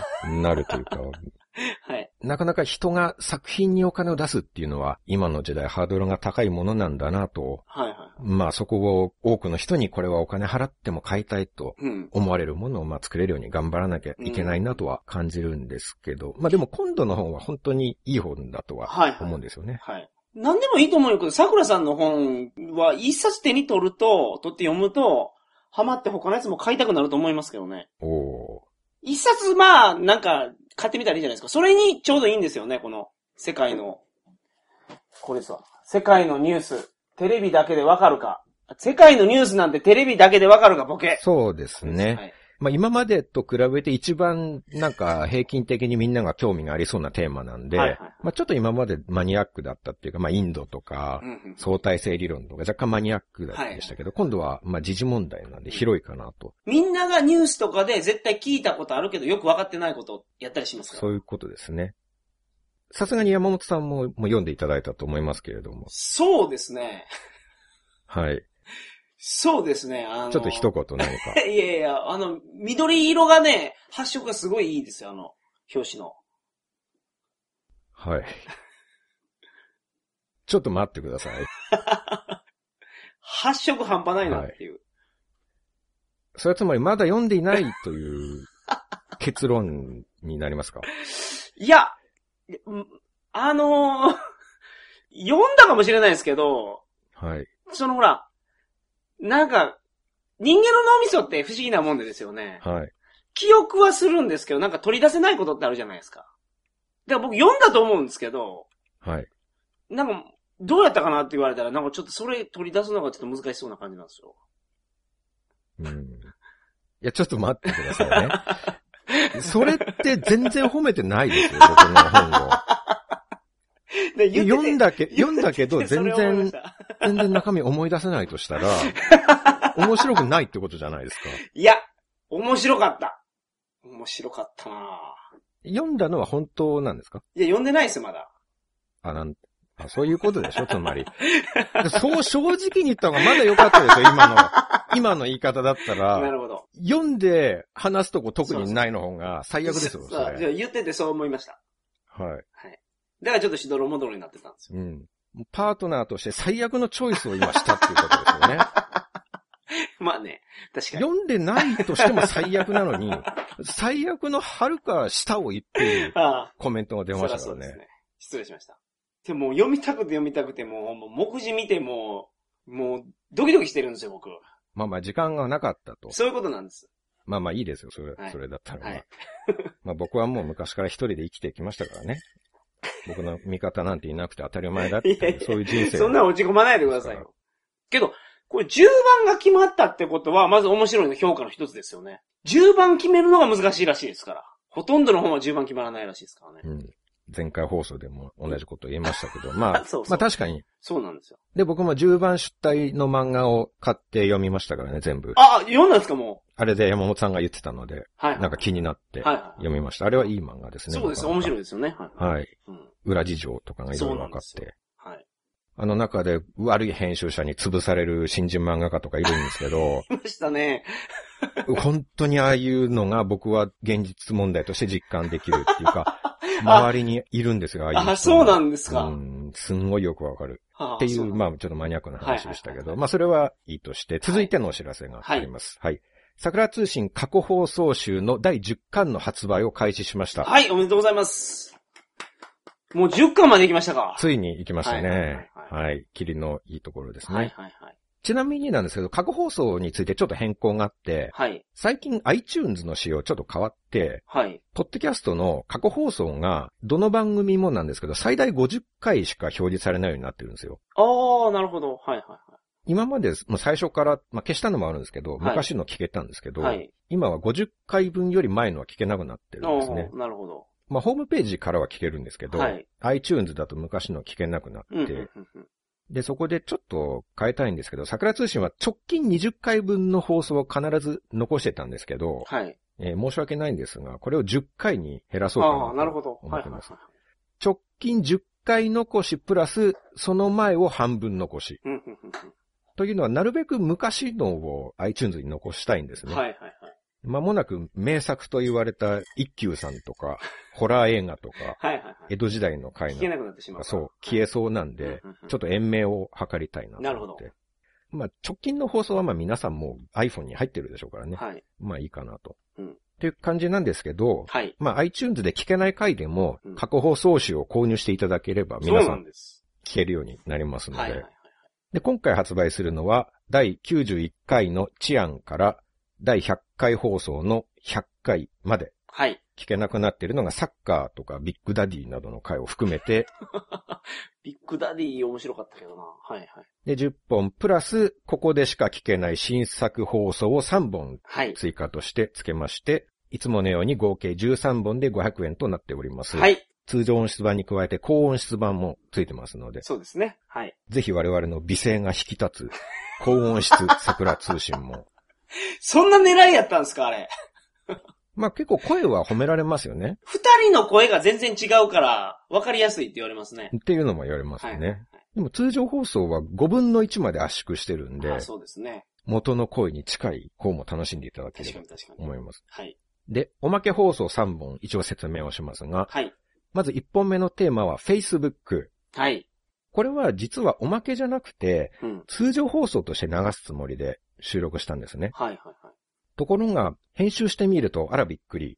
[SPEAKER 2] なると いうか、
[SPEAKER 3] はい。
[SPEAKER 2] なかなか人が作品にお金を出すっていうのは今の時代ハードルが高いものなんだなと、
[SPEAKER 3] はいは
[SPEAKER 2] まあそこを多くの人にこれはお金払っても買いたいと
[SPEAKER 3] い。うん。
[SPEAKER 2] 思われるものをまあ作れるように頑張らなきゃいけないなとは感じるんですけど、まあでも今度の本は本当にいい本だとは
[SPEAKER 3] はいはい。
[SPEAKER 2] 思うんですよね。
[SPEAKER 3] はい。何でもいいと思うけど、桜さんの本は一冊手に取ると、取って読むと、ハマって他のやつも買いたくなると思いますけどね。
[SPEAKER 2] おお
[SPEAKER 3] 一冊、まあ、なんか、買ってみたらいいじゃないですか。それにちょうどいいんですよね、この、世界の、これですわ。世界のニュース、テレビだけでわかるか。世界のニュースなんてテレビだけでわかるか、ボケ
[SPEAKER 2] ー。。そうですね。
[SPEAKER 3] はい。
[SPEAKER 2] まあ今までと比べて一番なんか平均的にみんなが興味がありそうなテーマなんで、
[SPEAKER 3] はいはいはい
[SPEAKER 2] まあちょっと今までマニアックだったっていうか、まあインドとか
[SPEAKER 3] う、んうん
[SPEAKER 2] 相対性理論とか若干マニアックだったでしたけど、今度はまあ時事問題なんで広いかなと、
[SPEAKER 3] みんながニュースとかで絶対聞いたことあるけど、よくわかってないことをやったりしますから。
[SPEAKER 2] そういうことですね。さすがに山本さんももう読んでいただいたと思いますけれども、
[SPEAKER 3] そうですね。
[SPEAKER 2] はい。
[SPEAKER 3] そうですね。あの
[SPEAKER 2] ちょっと一言何か。
[SPEAKER 3] いやいや、あの、緑色がね、発色がすごいいいですよ、あの、表紙の。
[SPEAKER 2] はい。ちょっと待ってください。
[SPEAKER 3] 発色半端ないなっていう。
[SPEAKER 2] それはつまりまだ読んでいないという結論になりますか
[SPEAKER 3] い、や、うんあのー 読んだかもしれないですけど、
[SPEAKER 2] はい。
[SPEAKER 3] そのほら、なんか、人間の脳みそって不思議なもんでですよね。
[SPEAKER 2] はい。
[SPEAKER 3] 記憶はするんですけど、なんか取り出せないことってあるじゃないですか。だから僕読んだと思うんですけど、
[SPEAKER 2] はい。
[SPEAKER 3] なんか、どうやったかなって言われたら、なんかちょっとそれ取り出すのがちょっと難しそうな感じなんですよ。
[SPEAKER 2] うん。いや、ちょっと待ってくださいね。それって全然褒めてないですよ、僕の本を。
[SPEAKER 3] で言ってて
[SPEAKER 2] 読んだけ、読んだけど、
[SPEAKER 3] 言ってて
[SPEAKER 2] 全
[SPEAKER 3] それ思いまし
[SPEAKER 2] 然、
[SPEAKER 3] た
[SPEAKER 2] 全然中身思い出せないとしたら、面白くないってことじゃないですか。
[SPEAKER 3] いや、面白かった。面白かったなぁ
[SPEAKER 2] 読んだのは本当なんですか
[SPEAKER 3] いや、読んでないですよ、まだ。
[SPEAKER 2] あ、なん、あ、そういうことでしょ、つまり。そう正直に言った方がまだ良かったですよ、今の。今の言い方だった
[SPEAKER 3] な
[SPEAKER 2] ら、
[SPEAKER 3] るほど。
[SPEAKER 2] 読んで話すとこ特にないの方が最悪ですよ、そ
[SPEAKER 3] さあじゃ
[SPEAKER 2] れ。
[SPEAKER 3] あ言っててそう思いました。
[SPEAKER 2] はい。
[SPEAKER 3] だからちょっとしどろもどろになってたんですよ。
[SPEAKER 2] うん。パートナーとして最悪のチョイスを今したっていうことです よね。
[SPEAKER 3] まあね、確かに。
[SPEAKER 2] 読んでないとしても最悪なのに、最悪の遥か下を言っている
[SPEAKER 3] あ
[SPEAKER 2] コメントが出
[SPEAKER 3] あ、
[SPEAKER 2] ま
[SPEAKER 3] そ
[SPEAKER 2] した
[SPEAKER 3] りゃ
[SPEAKER 2] か
[SPEAKER 3] そ
[SPEAKER 2] ら
[SPEAKER 3] うです
[SPEAKER 2] ね。
[SPEAKER 3] ね。失礼しました。でも読みたくて読みたくても、もう目次見ても、もうドキドキしてるんですよ、僕。
[SPEAKER 2] まあまあ時間がなかったと。
[SPEAKER 3] そういうことなんです。
[SPEAKER 2] まあまあいいですよ、それ、
[SPEAKER 3] はい
[SPEAKER 2] それだったら、まあ
[SPEAKER 3] はい。
[SPEAKER 2] まあ僕はもう昔から一人で生きてきましたからね。僕の味方なんていなくて当たり前だってい
[SPEAKER 3] いやいや
[SPEAKER 2] う、そういう人生。
[SPEAKER 3] そんな落ち込まないでくださいよ。けど、これ10番が決まったってことは、まず面白いの評価の一つですよね。10番決めるのが難しいらしいですから。ほとんどの本は10番決まらないらしいですからね。
[SPEAKER 2] うん。前回放送でも同じこと言いましたけど、まあ、
[SPEAKER 3] そうそ
[SPEAKER 2] ま
[SPEAKER 3] う
[SPEAKER 2] あ確かに。
[SPEAKER 3] そうなんですよ。
[SPEAKER 2] で、僕も10番出題の漫画を買って読みましたからね、全部。あ
[SPEAKER 3] あ、読んだんですか、も
[SPEAKER 2] れで山本さんが言ってたので、
[SPEAKER 3] う。はい。
[SPEAKER 2] なんか気になって
[SPEAKER 3] はいはい
[SPEAKER 2] 読みました。あれはいい漫画ですね。
[SPEAKER 3] そうで
[SPEAKER 2] な
[SPEAKER 3] す。
[SPEAKER 2] かな
[SPEAKER 3] 面
[SPEAKER 2] か
[SPEAKER 3] 白いですよね。はい。
[SPEAKER 2] はい。
[SPEAKER 3] うん
[SPEAKER 2] 裏事情とかがいろいろ分かっ
[SPEAKER 3] そうなんで
[SPEAKER 2] て。
[SPEAKER 3] はい。
[SPEAKER 2] あの中で悪い編集者に潰される新人漫画家とかいるんですけ ど、
[SPEAKER 3] いましたね。
[SPEAKER 2] 本当にああいうのが僕は現実問題として実感できるっていう か、周りにいるんですが、ああいう人が
[SPEAKER 3] あ、そうなんですか。
[SPEAKER 2] うん、すんごいよくわかる。
[SPEAKER 3] はあ
[SPEAKER 2] ってい
[SPEAKER 3] そう
[SPEAKER 2] う、
[SPEAKER 3] なん
[SPEAKER 2] まあ、ちょっとマニアックな話でしたけ
[SPEAKER 3] はいはいは
[SPEAKER 2] ど、まあ、それはいいとして、続いてのお知らせがあります。はい。桜通信過去放送集の第10巻の発売を開始しました。
[SPEAKER 3] はい、おめでとうございます。もう10巻まで行きましたか。
[SPEAKER 2] ついに行きましたね。
[SPEAKER 3] はいはいは
[SPEAKER 2] はい。霧のいいところですね。
[SPEAKER 3] はいはいはい。
[SPEAKER 2] ちなみになんですけど、過去放送についてちょっと変更があって、
[SPEAKER 3] はい。
[SPEAKER 2] 最近 iTunes の仕様ちょっと変わって、
[SPEAKER 3] はい。
[SPEAKER 2] ポッドキャストの過去放送が、どの番組もなんですけど、最大50回しか表示されないようになってるんですよ。
[SPEAKER 3] あー、なるほど。はいは
[SPEAKER 2] 今まで、もう最初から、まあ、消したのもあるんですけど、
[SPEAKER 3] はい
[SPEAKER 2] 昔の聞けたんですけ
[SPEAKER 3] い
[SPEAKER 2] ど、
[SPEAKER 3] はい。はい。
[SPEAKER 2] 今は50回分より前のは聞けなくなってるんですね
[SPEAKER 3] お。ーなるほど。
[SPEAKER 2] まあ、ホームページからは聞けるんですけど、
[SPEAKER 3] はい。
[SPEAKER 2] iTunes だと昔の聞けなくなって、
[SPEAKER 3] うんうんうんうん。
[SPEAKER 2] で、そこでちょっと変えたいんですけど、桜通信は直近20回分の放送を必ず残してたんですけど、
[SPEAKER 3] はい。
[SPEAKER 2] えー申し訳ないんですが、これを10回に減らそうか
[SPEAKER 3] あー、
[SPEAKER 2] な
[SPEAKER 3] なる
[SPEAKER 2] と
[SPEAKER 3] ほど。
[SPEAKER 2] 思
[SPEAKER 3] は
[SPEAKER 2] っ
[SPEAKER 3] い
[SPEAKER 2] て
[SPEAKER 3] はい
[SPEAKER 2] ます。
[SPEAKER 3] はい。
[SPEAKER 2] 直近10回残しプラス、その前を半分残し。
[SPEAKER 3] うんうんうん
[SPEAKER 2] というのは、なるべく昔のを iTunes に残したいんです
[SPEAKER 3] うん
[SPEAKER 2] ね。
[SPEAKER 3] はいはいはい。
[SPEAKER 2] 間もなく名作と言われた一休さんと か、ホラー映画とか、
[SPEAKER 3] はいはいはい。
[SPEAKER 2] 江戸時代の回
[SPEAKER 3] 聞け
[SPEAKER 2] な
[SPEAKER 3] なくなってし
[SPEAKER 2] ん
[SPEAKER 3] ま
[SPEAKER 2] か
[SPEAKER 3] う。
[SPEAKER 2] そう、消えそうなん
[SPEAKER 3] うんうん
[SPEAKER 2] で、
[SPEAKER 3] うん。
[SPEAKER 2] ちょっと延命を図りたいなと思って。
[SPEAKER 3] なるほど
[SPEAKER 2] まあ、直近の放送はまあ皆さんもう iPhone に入ってるでしょうからね。
[SPEAKER 3] はい。
[SPEAKER 2] まあいいかなと。
[SPEAKER 3] うん
[SPEAKER 2] っていう感じなんですけど、
[SPEAKER 3] はい。
[SPEAKER 2] まあ iTunes で聞けない回でも
[SPEAKER 3] うん、
[SPEAKER 2] 過去放送集を購入していただければ
[SPEAKER 3] そう
[SPEAKER 2] 皆さ
[SPEAKER 3] なん
[SPEAKER 2] ん
[SPEAKER 3] です。
[SPEAKER 2] 聞けるようになりますの
[SPEAKER 3] はいはい
[SPEAKER 2] で
[SPEAKER 3] はい。。
[SPEAKER 2] で、今回発売するのは、第91回の治安から、第100回放送の100回まで
[SPEAKER 3] はい。
[SPEAKER 2] 聞けなくなっているのがサッカーとかビッグダディなどの回を含めて、
[SPEAKER 3] ビッグダディ面白かったけどな。はいはい。
[SPEAKER 2] で、10本プラス、ここでしか聞けない新作放送を3本
[SPEAKER 3] はい。
[SPEAKER 2] 追加として付けまして、いつものように合計13本で500円となっております。
[SPEAKER 3] はい。
[SPEAKER 2] 通常音質版に加えて高音質版も付いてますので、
[SPEAKER 3] そうですね。はい。
[SPEAKER 2] ぜひ我々の美声が引き立つ、高音質桜通信も。
[SPEAKER 3] そんな狙いやったんですか、あれ。
[SPEAKER 2] まあ結構声は褒められますよね。
[SPEAKER 3] 二人の声が全然違うから、分かりやすいって言われますね。
[SPEAKER 2] っていうのも言われますよね。
[SPEAKER 3] はい
[SPEAKER 2] でも通常放送は5分の1まで圧縮してるんで、
[SPEAKER 3] あそうですね。
[SPEAKER 2] 元の声に近い方も楽しんでいただけれ
[SPEAKER 3] 確
[SPEAKER 2] ば
[SPEAKER 3] かに確か
[SPEAKER 2] と
[SPEAKER 3] に。
[SPEAKER 2] 思います。
[SPEAKER 3] はい。
[SPEAKER 2] で、おまけ放送3本一応説明をしますが、
[SPEAKER 3] はい。
[SPEAKER 2] まず1本目のテーマは Facebook。
[SPEAKER 3] はい。
[SPEAKER 2] これは実はおまけじゃなくて、
[SPEAKER 3] うん。
[SPEAKER 2] 通常放送として流すつもりで収録したんですね。
[SPEAKER 3] はいはいはい。
[SPEAKER 2] ところが、編集してみると、あらびっくり。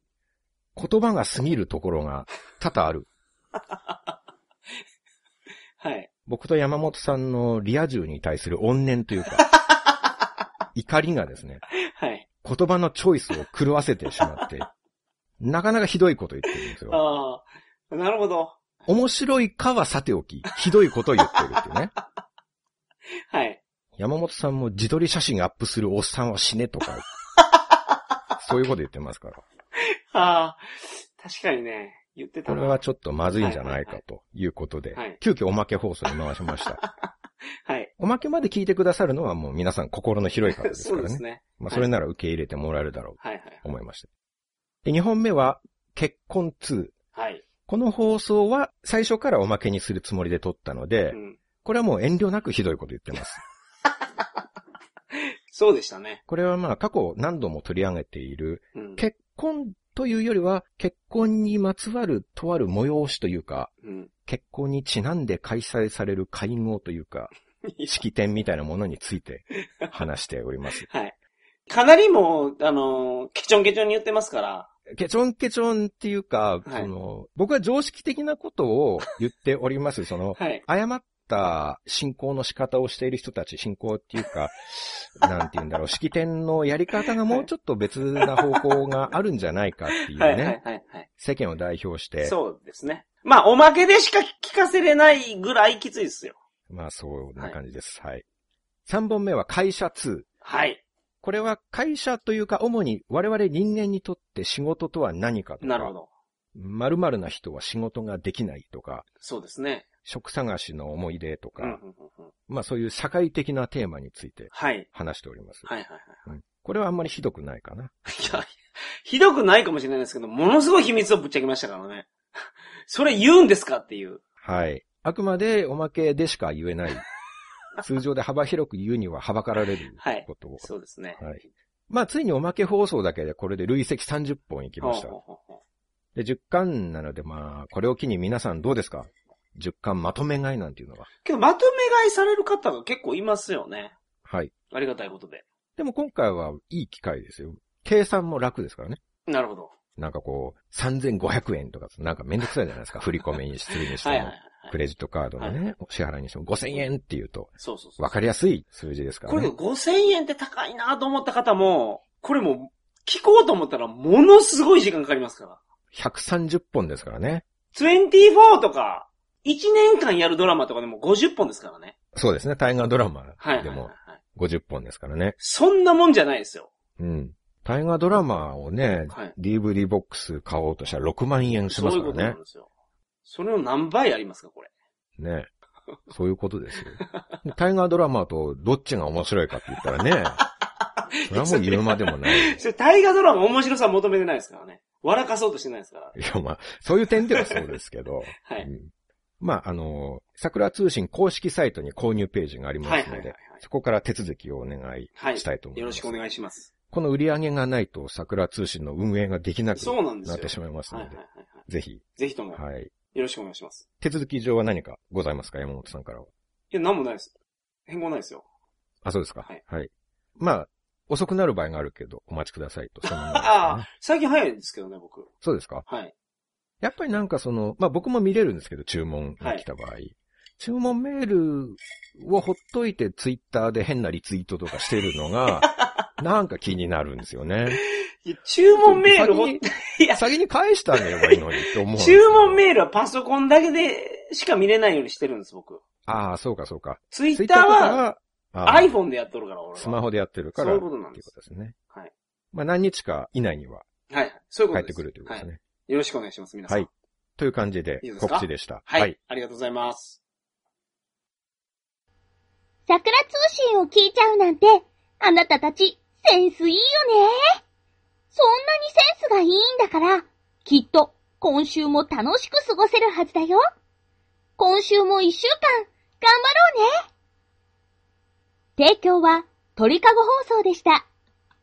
[SPEAKER 2] 言葉が過ぎるところが多々ある。
[SPEAKER 3] はい。
[SPEAKER 2] 僕と山本さんのリア充に対する怨念という か、怒りがですね、
[SPEAKER 3] はい。
[SPEAKER 2] 言葉のチョイスを狂わせてしまって、なかなかひどいこと言ってるんですよ。
[SPEAKER 3] ああ、なるほど。
[SPEAKER 2] 面白いかはさておき、ひどいこと言ってるっていうね。
[SPEAKER 3] はい。
[SPEAKER 2] 山本さんも自撮り写真アップするおっさんは死ねとか、そういうこと言ってますから。
[SPEAKER 3] ああ、確かにね、言ってた
[SPEAKER 2] こ
[SPEAKER 3] な
[SPEAKER 2] れはちょっとまずいんじゃないかということで
[SPEAKER 3] はい、
[SPEAKER 2] 急遽おまけ放送に回しました。
[SPEAKER 3] はい。
[SPEAKER 2] おまけまで聞いてくださるのはもう皆さん心の広い方です
[SPEAKER 3] そ
[SPEAKER 2] か
[SPEAKER 3] う
[SPEAKER 2] ら
[SPEAKER 3] で
[SPEAKER 2] ね
[SPEAKER 3] す。ね。
[SPEAKER 2] まあそれなら受け入れてもらえるだろう
[SPEAKER 3] はいはい。
[SPEAKER 2] と思いました。で、2本目は結婚2。
[SPEAKER 3] はい。
[SPEAKER 2] この放送は最初からおまけにするつもりで撮ったので
[SPEAKER 3] う、ん。
[SPEAKER 2] これはもう遠慮なくひどいこと言ってます。
[SPEAKER 3] そうでしたね。
[SPEAKER 2] これはまあ過去何度も取り上げている
[SPEAKER 3] うん。
[SPEAKER 2] 結婚というよりは結婚にまつわるとある催しというか、
[SPEAKER 3] うん。
[SPEAKER 2] 結婚にちなんで開催される会合という か、式典みたいなものについて話しております。
[SPEAKER 3] はい。かなりもう、あのー、ケチョンケチョンに言ってますから。
[SPEAKER 2] ケチョンケチョンっていうか、
[SPEAKER 3] はい
[SPEAKER 2] その僕は常識的なことを言っております。その、
[SPEAKER 3] はい。
[SPEAKER 2] 誤っった信仰の仕方をしている人たち、信仰っていうか、 なんて言うんだろう、式典のやり方がもうちょっと別な方向があるんじゃないかっていう
[SPEAKER 3] はいはいは
[SPEAKER 2] ね、
[SPEAKER 3] いはい。
[SPEAKER 2] 世間を代表して、
[SPEAKER 3] そうですね。まあ、おまけでしか聞かせれないぐらいきついですよ。
[SPEAKER 2] まあそんな感じです。はい。3本目は会社2。
[SPEAKER 3] はい。
[SPEAKER 2] これは会社というか、主に我々人間にとって仕事とは何かとか、
[SPEAKER 3] なるほど。
[SPEAKER 2] 〇〇な人は仕事ができないとか、
[SPEAKER 3] そうですね。
[SPEAKER 2] 職探しの思い出とか、
[SPEAKER 3] うんうんうんうん
[SPEAKER 2] まあそういう社会的なテーマについて
[SPEAKER 3] はい。
[SPEAKER 2] 話しております。
[SPEAKER 3] はいはいはい。
[SPEAKER 2] うんこれはあんまりひどくないかな。
[SPEAKER 3] いや、ひどくないかもしれないですけど、ものすごい秘密をぶっちゃけましたからね。それ言うんですかっていう。
[SPEAKER 2] はい。あくまでおまけでしか言え ない。通常で幅広く言うにははばかられる
[SPEAKER 3] はい
[SPEAKER 2] ことを。
[SPEAKER 3] そうですね。
[SPEAKER 2] はい。まあついにおまけ放送だけでこれで累積30本いきました
[SPEAKER 3] ほう。ほうほうほ
[SPEAKER 2] で、10巻なのでまあ、これを機に皆さんどうですか ?10 巻まとめ買いなんていうのは。
[SPEAKER 3] うけど、まとめ買いされる方が結構いますよね。
[SPEAKER 2] はい。
[SPEAKER 3] ありがたいことで。
[SPEAKER 2] でも今回はいい機会ですよ。計算も楽ですからね。
[SPEAKER 3] なるほど。
[SPEAKER 2] なんかこう、3500円とか、なんかめんどくさいじゃない ですか。振り込みにするにして
[SPEAKER 3] はいはい
[SPEAKER 2] も
[SPEAKER 3] は、い。
[SPEAKER 2] クレジットカードの
[SPEAKER 3] は
[SPEAKER 2] ね、お支払いにしても5000円っていうと、
[SPEAKER 3] そうそうそう。
[SPEAKER 2] わかりやすい数字ですか
[SPEAKER 3] こ
[SPEAKER 2] ら
[SPEAKER 3] れ
[SPEAKER 2] ね。
[SPEAKER 3] 5000円って高いなと思った方も、これもう聞こうと思ったらものすごい時間かかりますから。
[SPEAKER 2] 130本ですからね。
[SPEAKER 3] 24とか、1年間やるドラマとかでも50本ですからね。
[SPEAKER 2] そうですね。大河ドラマ
[SPEAKER 3] はいはい
[SPEAKER 2] で
[SPEAKER 3] はい、はい
[SPEAKER 2] も。50本ですからね。
[SPEAKER 3] そんなもんじゃないですよ。
[SPEAKER 2] うん。大河ドラマをね、
[SPEAKER 3] はい。
[SPEAKER 2] DVD ボックス買おうとしたら6万円し
[SPEAKER 3] そ
[SPEAKER 2] ま
[SPEAKER 3] うい
[SPEAKER 2] す
[SPEAKER 3] う
[SPEAKER 2] か
[SPEAKER 3] ことな
[SPEAKER 2] ら
[SPEAKER 3] んですよ。それを何倍ありますか、これ。
[SPEAKER 2] ね。ね。そういうことですよ。で大河ドラマとどっちが面白いかって言った らね、それはもう言うまでもない。
[SPEAKER 3] それ大河ドラマ面白さ求めてないですからね。笑かそうとしてないですから。
[SPEAKER 2] いや、まあ、そういう点ではそうですけど。
[SPEAKER 3] はい
[SPEAKER 2] うんまあ、あの、桜通信公式サイトに購入ページがありますの
[SPEAKER 3] はい
[SPEAKER 2] で、
[SPEAKER 3] はいはいはい。
[SPEAKER 2] そこから手続きをお願い
[SPEAKER 3] はい。
[SPEAKER 2] したいと思い
[SPEAKER 3] よ
[SPEAKER 2] ま
[SPEAKER 3] ろ
[SPEAKER 2] す。
[SPEAKER 3] しくお願いします。
[SPEAKER 2] この売り上げがないと桜通信の運営ができなく
[SPEAKER 3] そうなんです
[SPEAKER 2] な
[SPEAKER 3] よ。
[SPEAKER 2] ってしまいます
[SPEAKER 3] はい
[SPEAKER 2] の
[SPEAKER 3] はい
[SPEAKER 2] で、
[SPEAKER 3] はいはい。
[SPEAKER 2] ぜひ、
[SPEAKER 3] ぜひとも、よ
[SPEAKER 2] はい。
[SPEAKER 3] ろしくお願いします。
[SPEAKER 2] 手続き上は何かございますか山本さんからは。
[SPEAKER 3] いや、なんもないです。変更ないですよ。
[SPEAKER 2] あ、そうですか。
[SPEAKER 3] はい
[SPEAKER 2] まあ、遅くなる場合があるけど、お待ちくださいと。そのままです
[SPEAKER 3] あ
[SPEAKER 2] ね
[SPEAKER 3] あ、最近早いですけどね、僕。
[SPEAKER 2] そうですか
[SPEAKER 3] はい。
[SPEAKER 2] やっぱりなんかその、まあ僕も見れるんですけど、注文が来た場合。注文メールをほっといてツイッターで変なリツイートとかしてるの が、なんか気になるんですよね。
[SPEAKER 3] いや、注文メールを
[SPEAKER 2] 先、
[SPEAKER 3] いや
[SPEAKER 2] に、先に返してあげればいいのにって思うんですよ
[SPEAKER 3] 注文メールはパソコンだけでしか見れないようにしてるんです、僕。
[SPEAKER 2] ああ、そうかそうか。
[SPEAKER 3] ツイ
[SPEAKER 2] ツイ
[SPEAKER 3] ッ
[SPEAKER 2] ッター
[SPEAKER 3] ター
[SPEAKER 2] と
[SPEAKER 3] は
[SPEAKER 2] かは、あ
[SPEAKER 3] iPhone でやっとるから、
[SPEAKER 2] あ
[SPEAKER 3] 俺は。
[SPEAKER 2] スマホでやってるか
[SPEAKER 3] そ
[SPEAKER 2] ら、
[SPEAKER 3] うい
[SPEAKER 2] っ
[SPEAKER 3] う
[SPEAKER 2] て
[SPEAKER 3] ことなん
[SPEAKER 2] い
[SPEAKER 3] で
[SPEAKER 2] うこ
[SPEAKER 3] す
[SPEAKER 2] と。ですね。
[SPEAKER 3] はい。
[SPEAKER 2] まあ何日か以内には
[SPEAKER 3] はい。そういうこ
[SPEAKER 2] 帰っ
[SPEAKER 3] とです。
[SPEAKER 2] てくるということです
[SPEAKER 3] は
[SPEAKER 2] ね。
[SPEAKER 3] い。よろしくお願いします、皆さん。
[SPEAKER 2] はいという感じで
[SPEAKER 3] いいですか
[SPEAKER 2] 告知でした。
[SPEAKER 3] はい。ありがとうございます。
[SPEAKER 1] 桜通信を聞いちゃうなんて、あなたたち、センスいいよね。そんなにセンスがいいんだから、きっと、今週も楽しく過ごせるはずだよ。今週も一週間、頑張ろうね。提供は、鳥かご放送でした。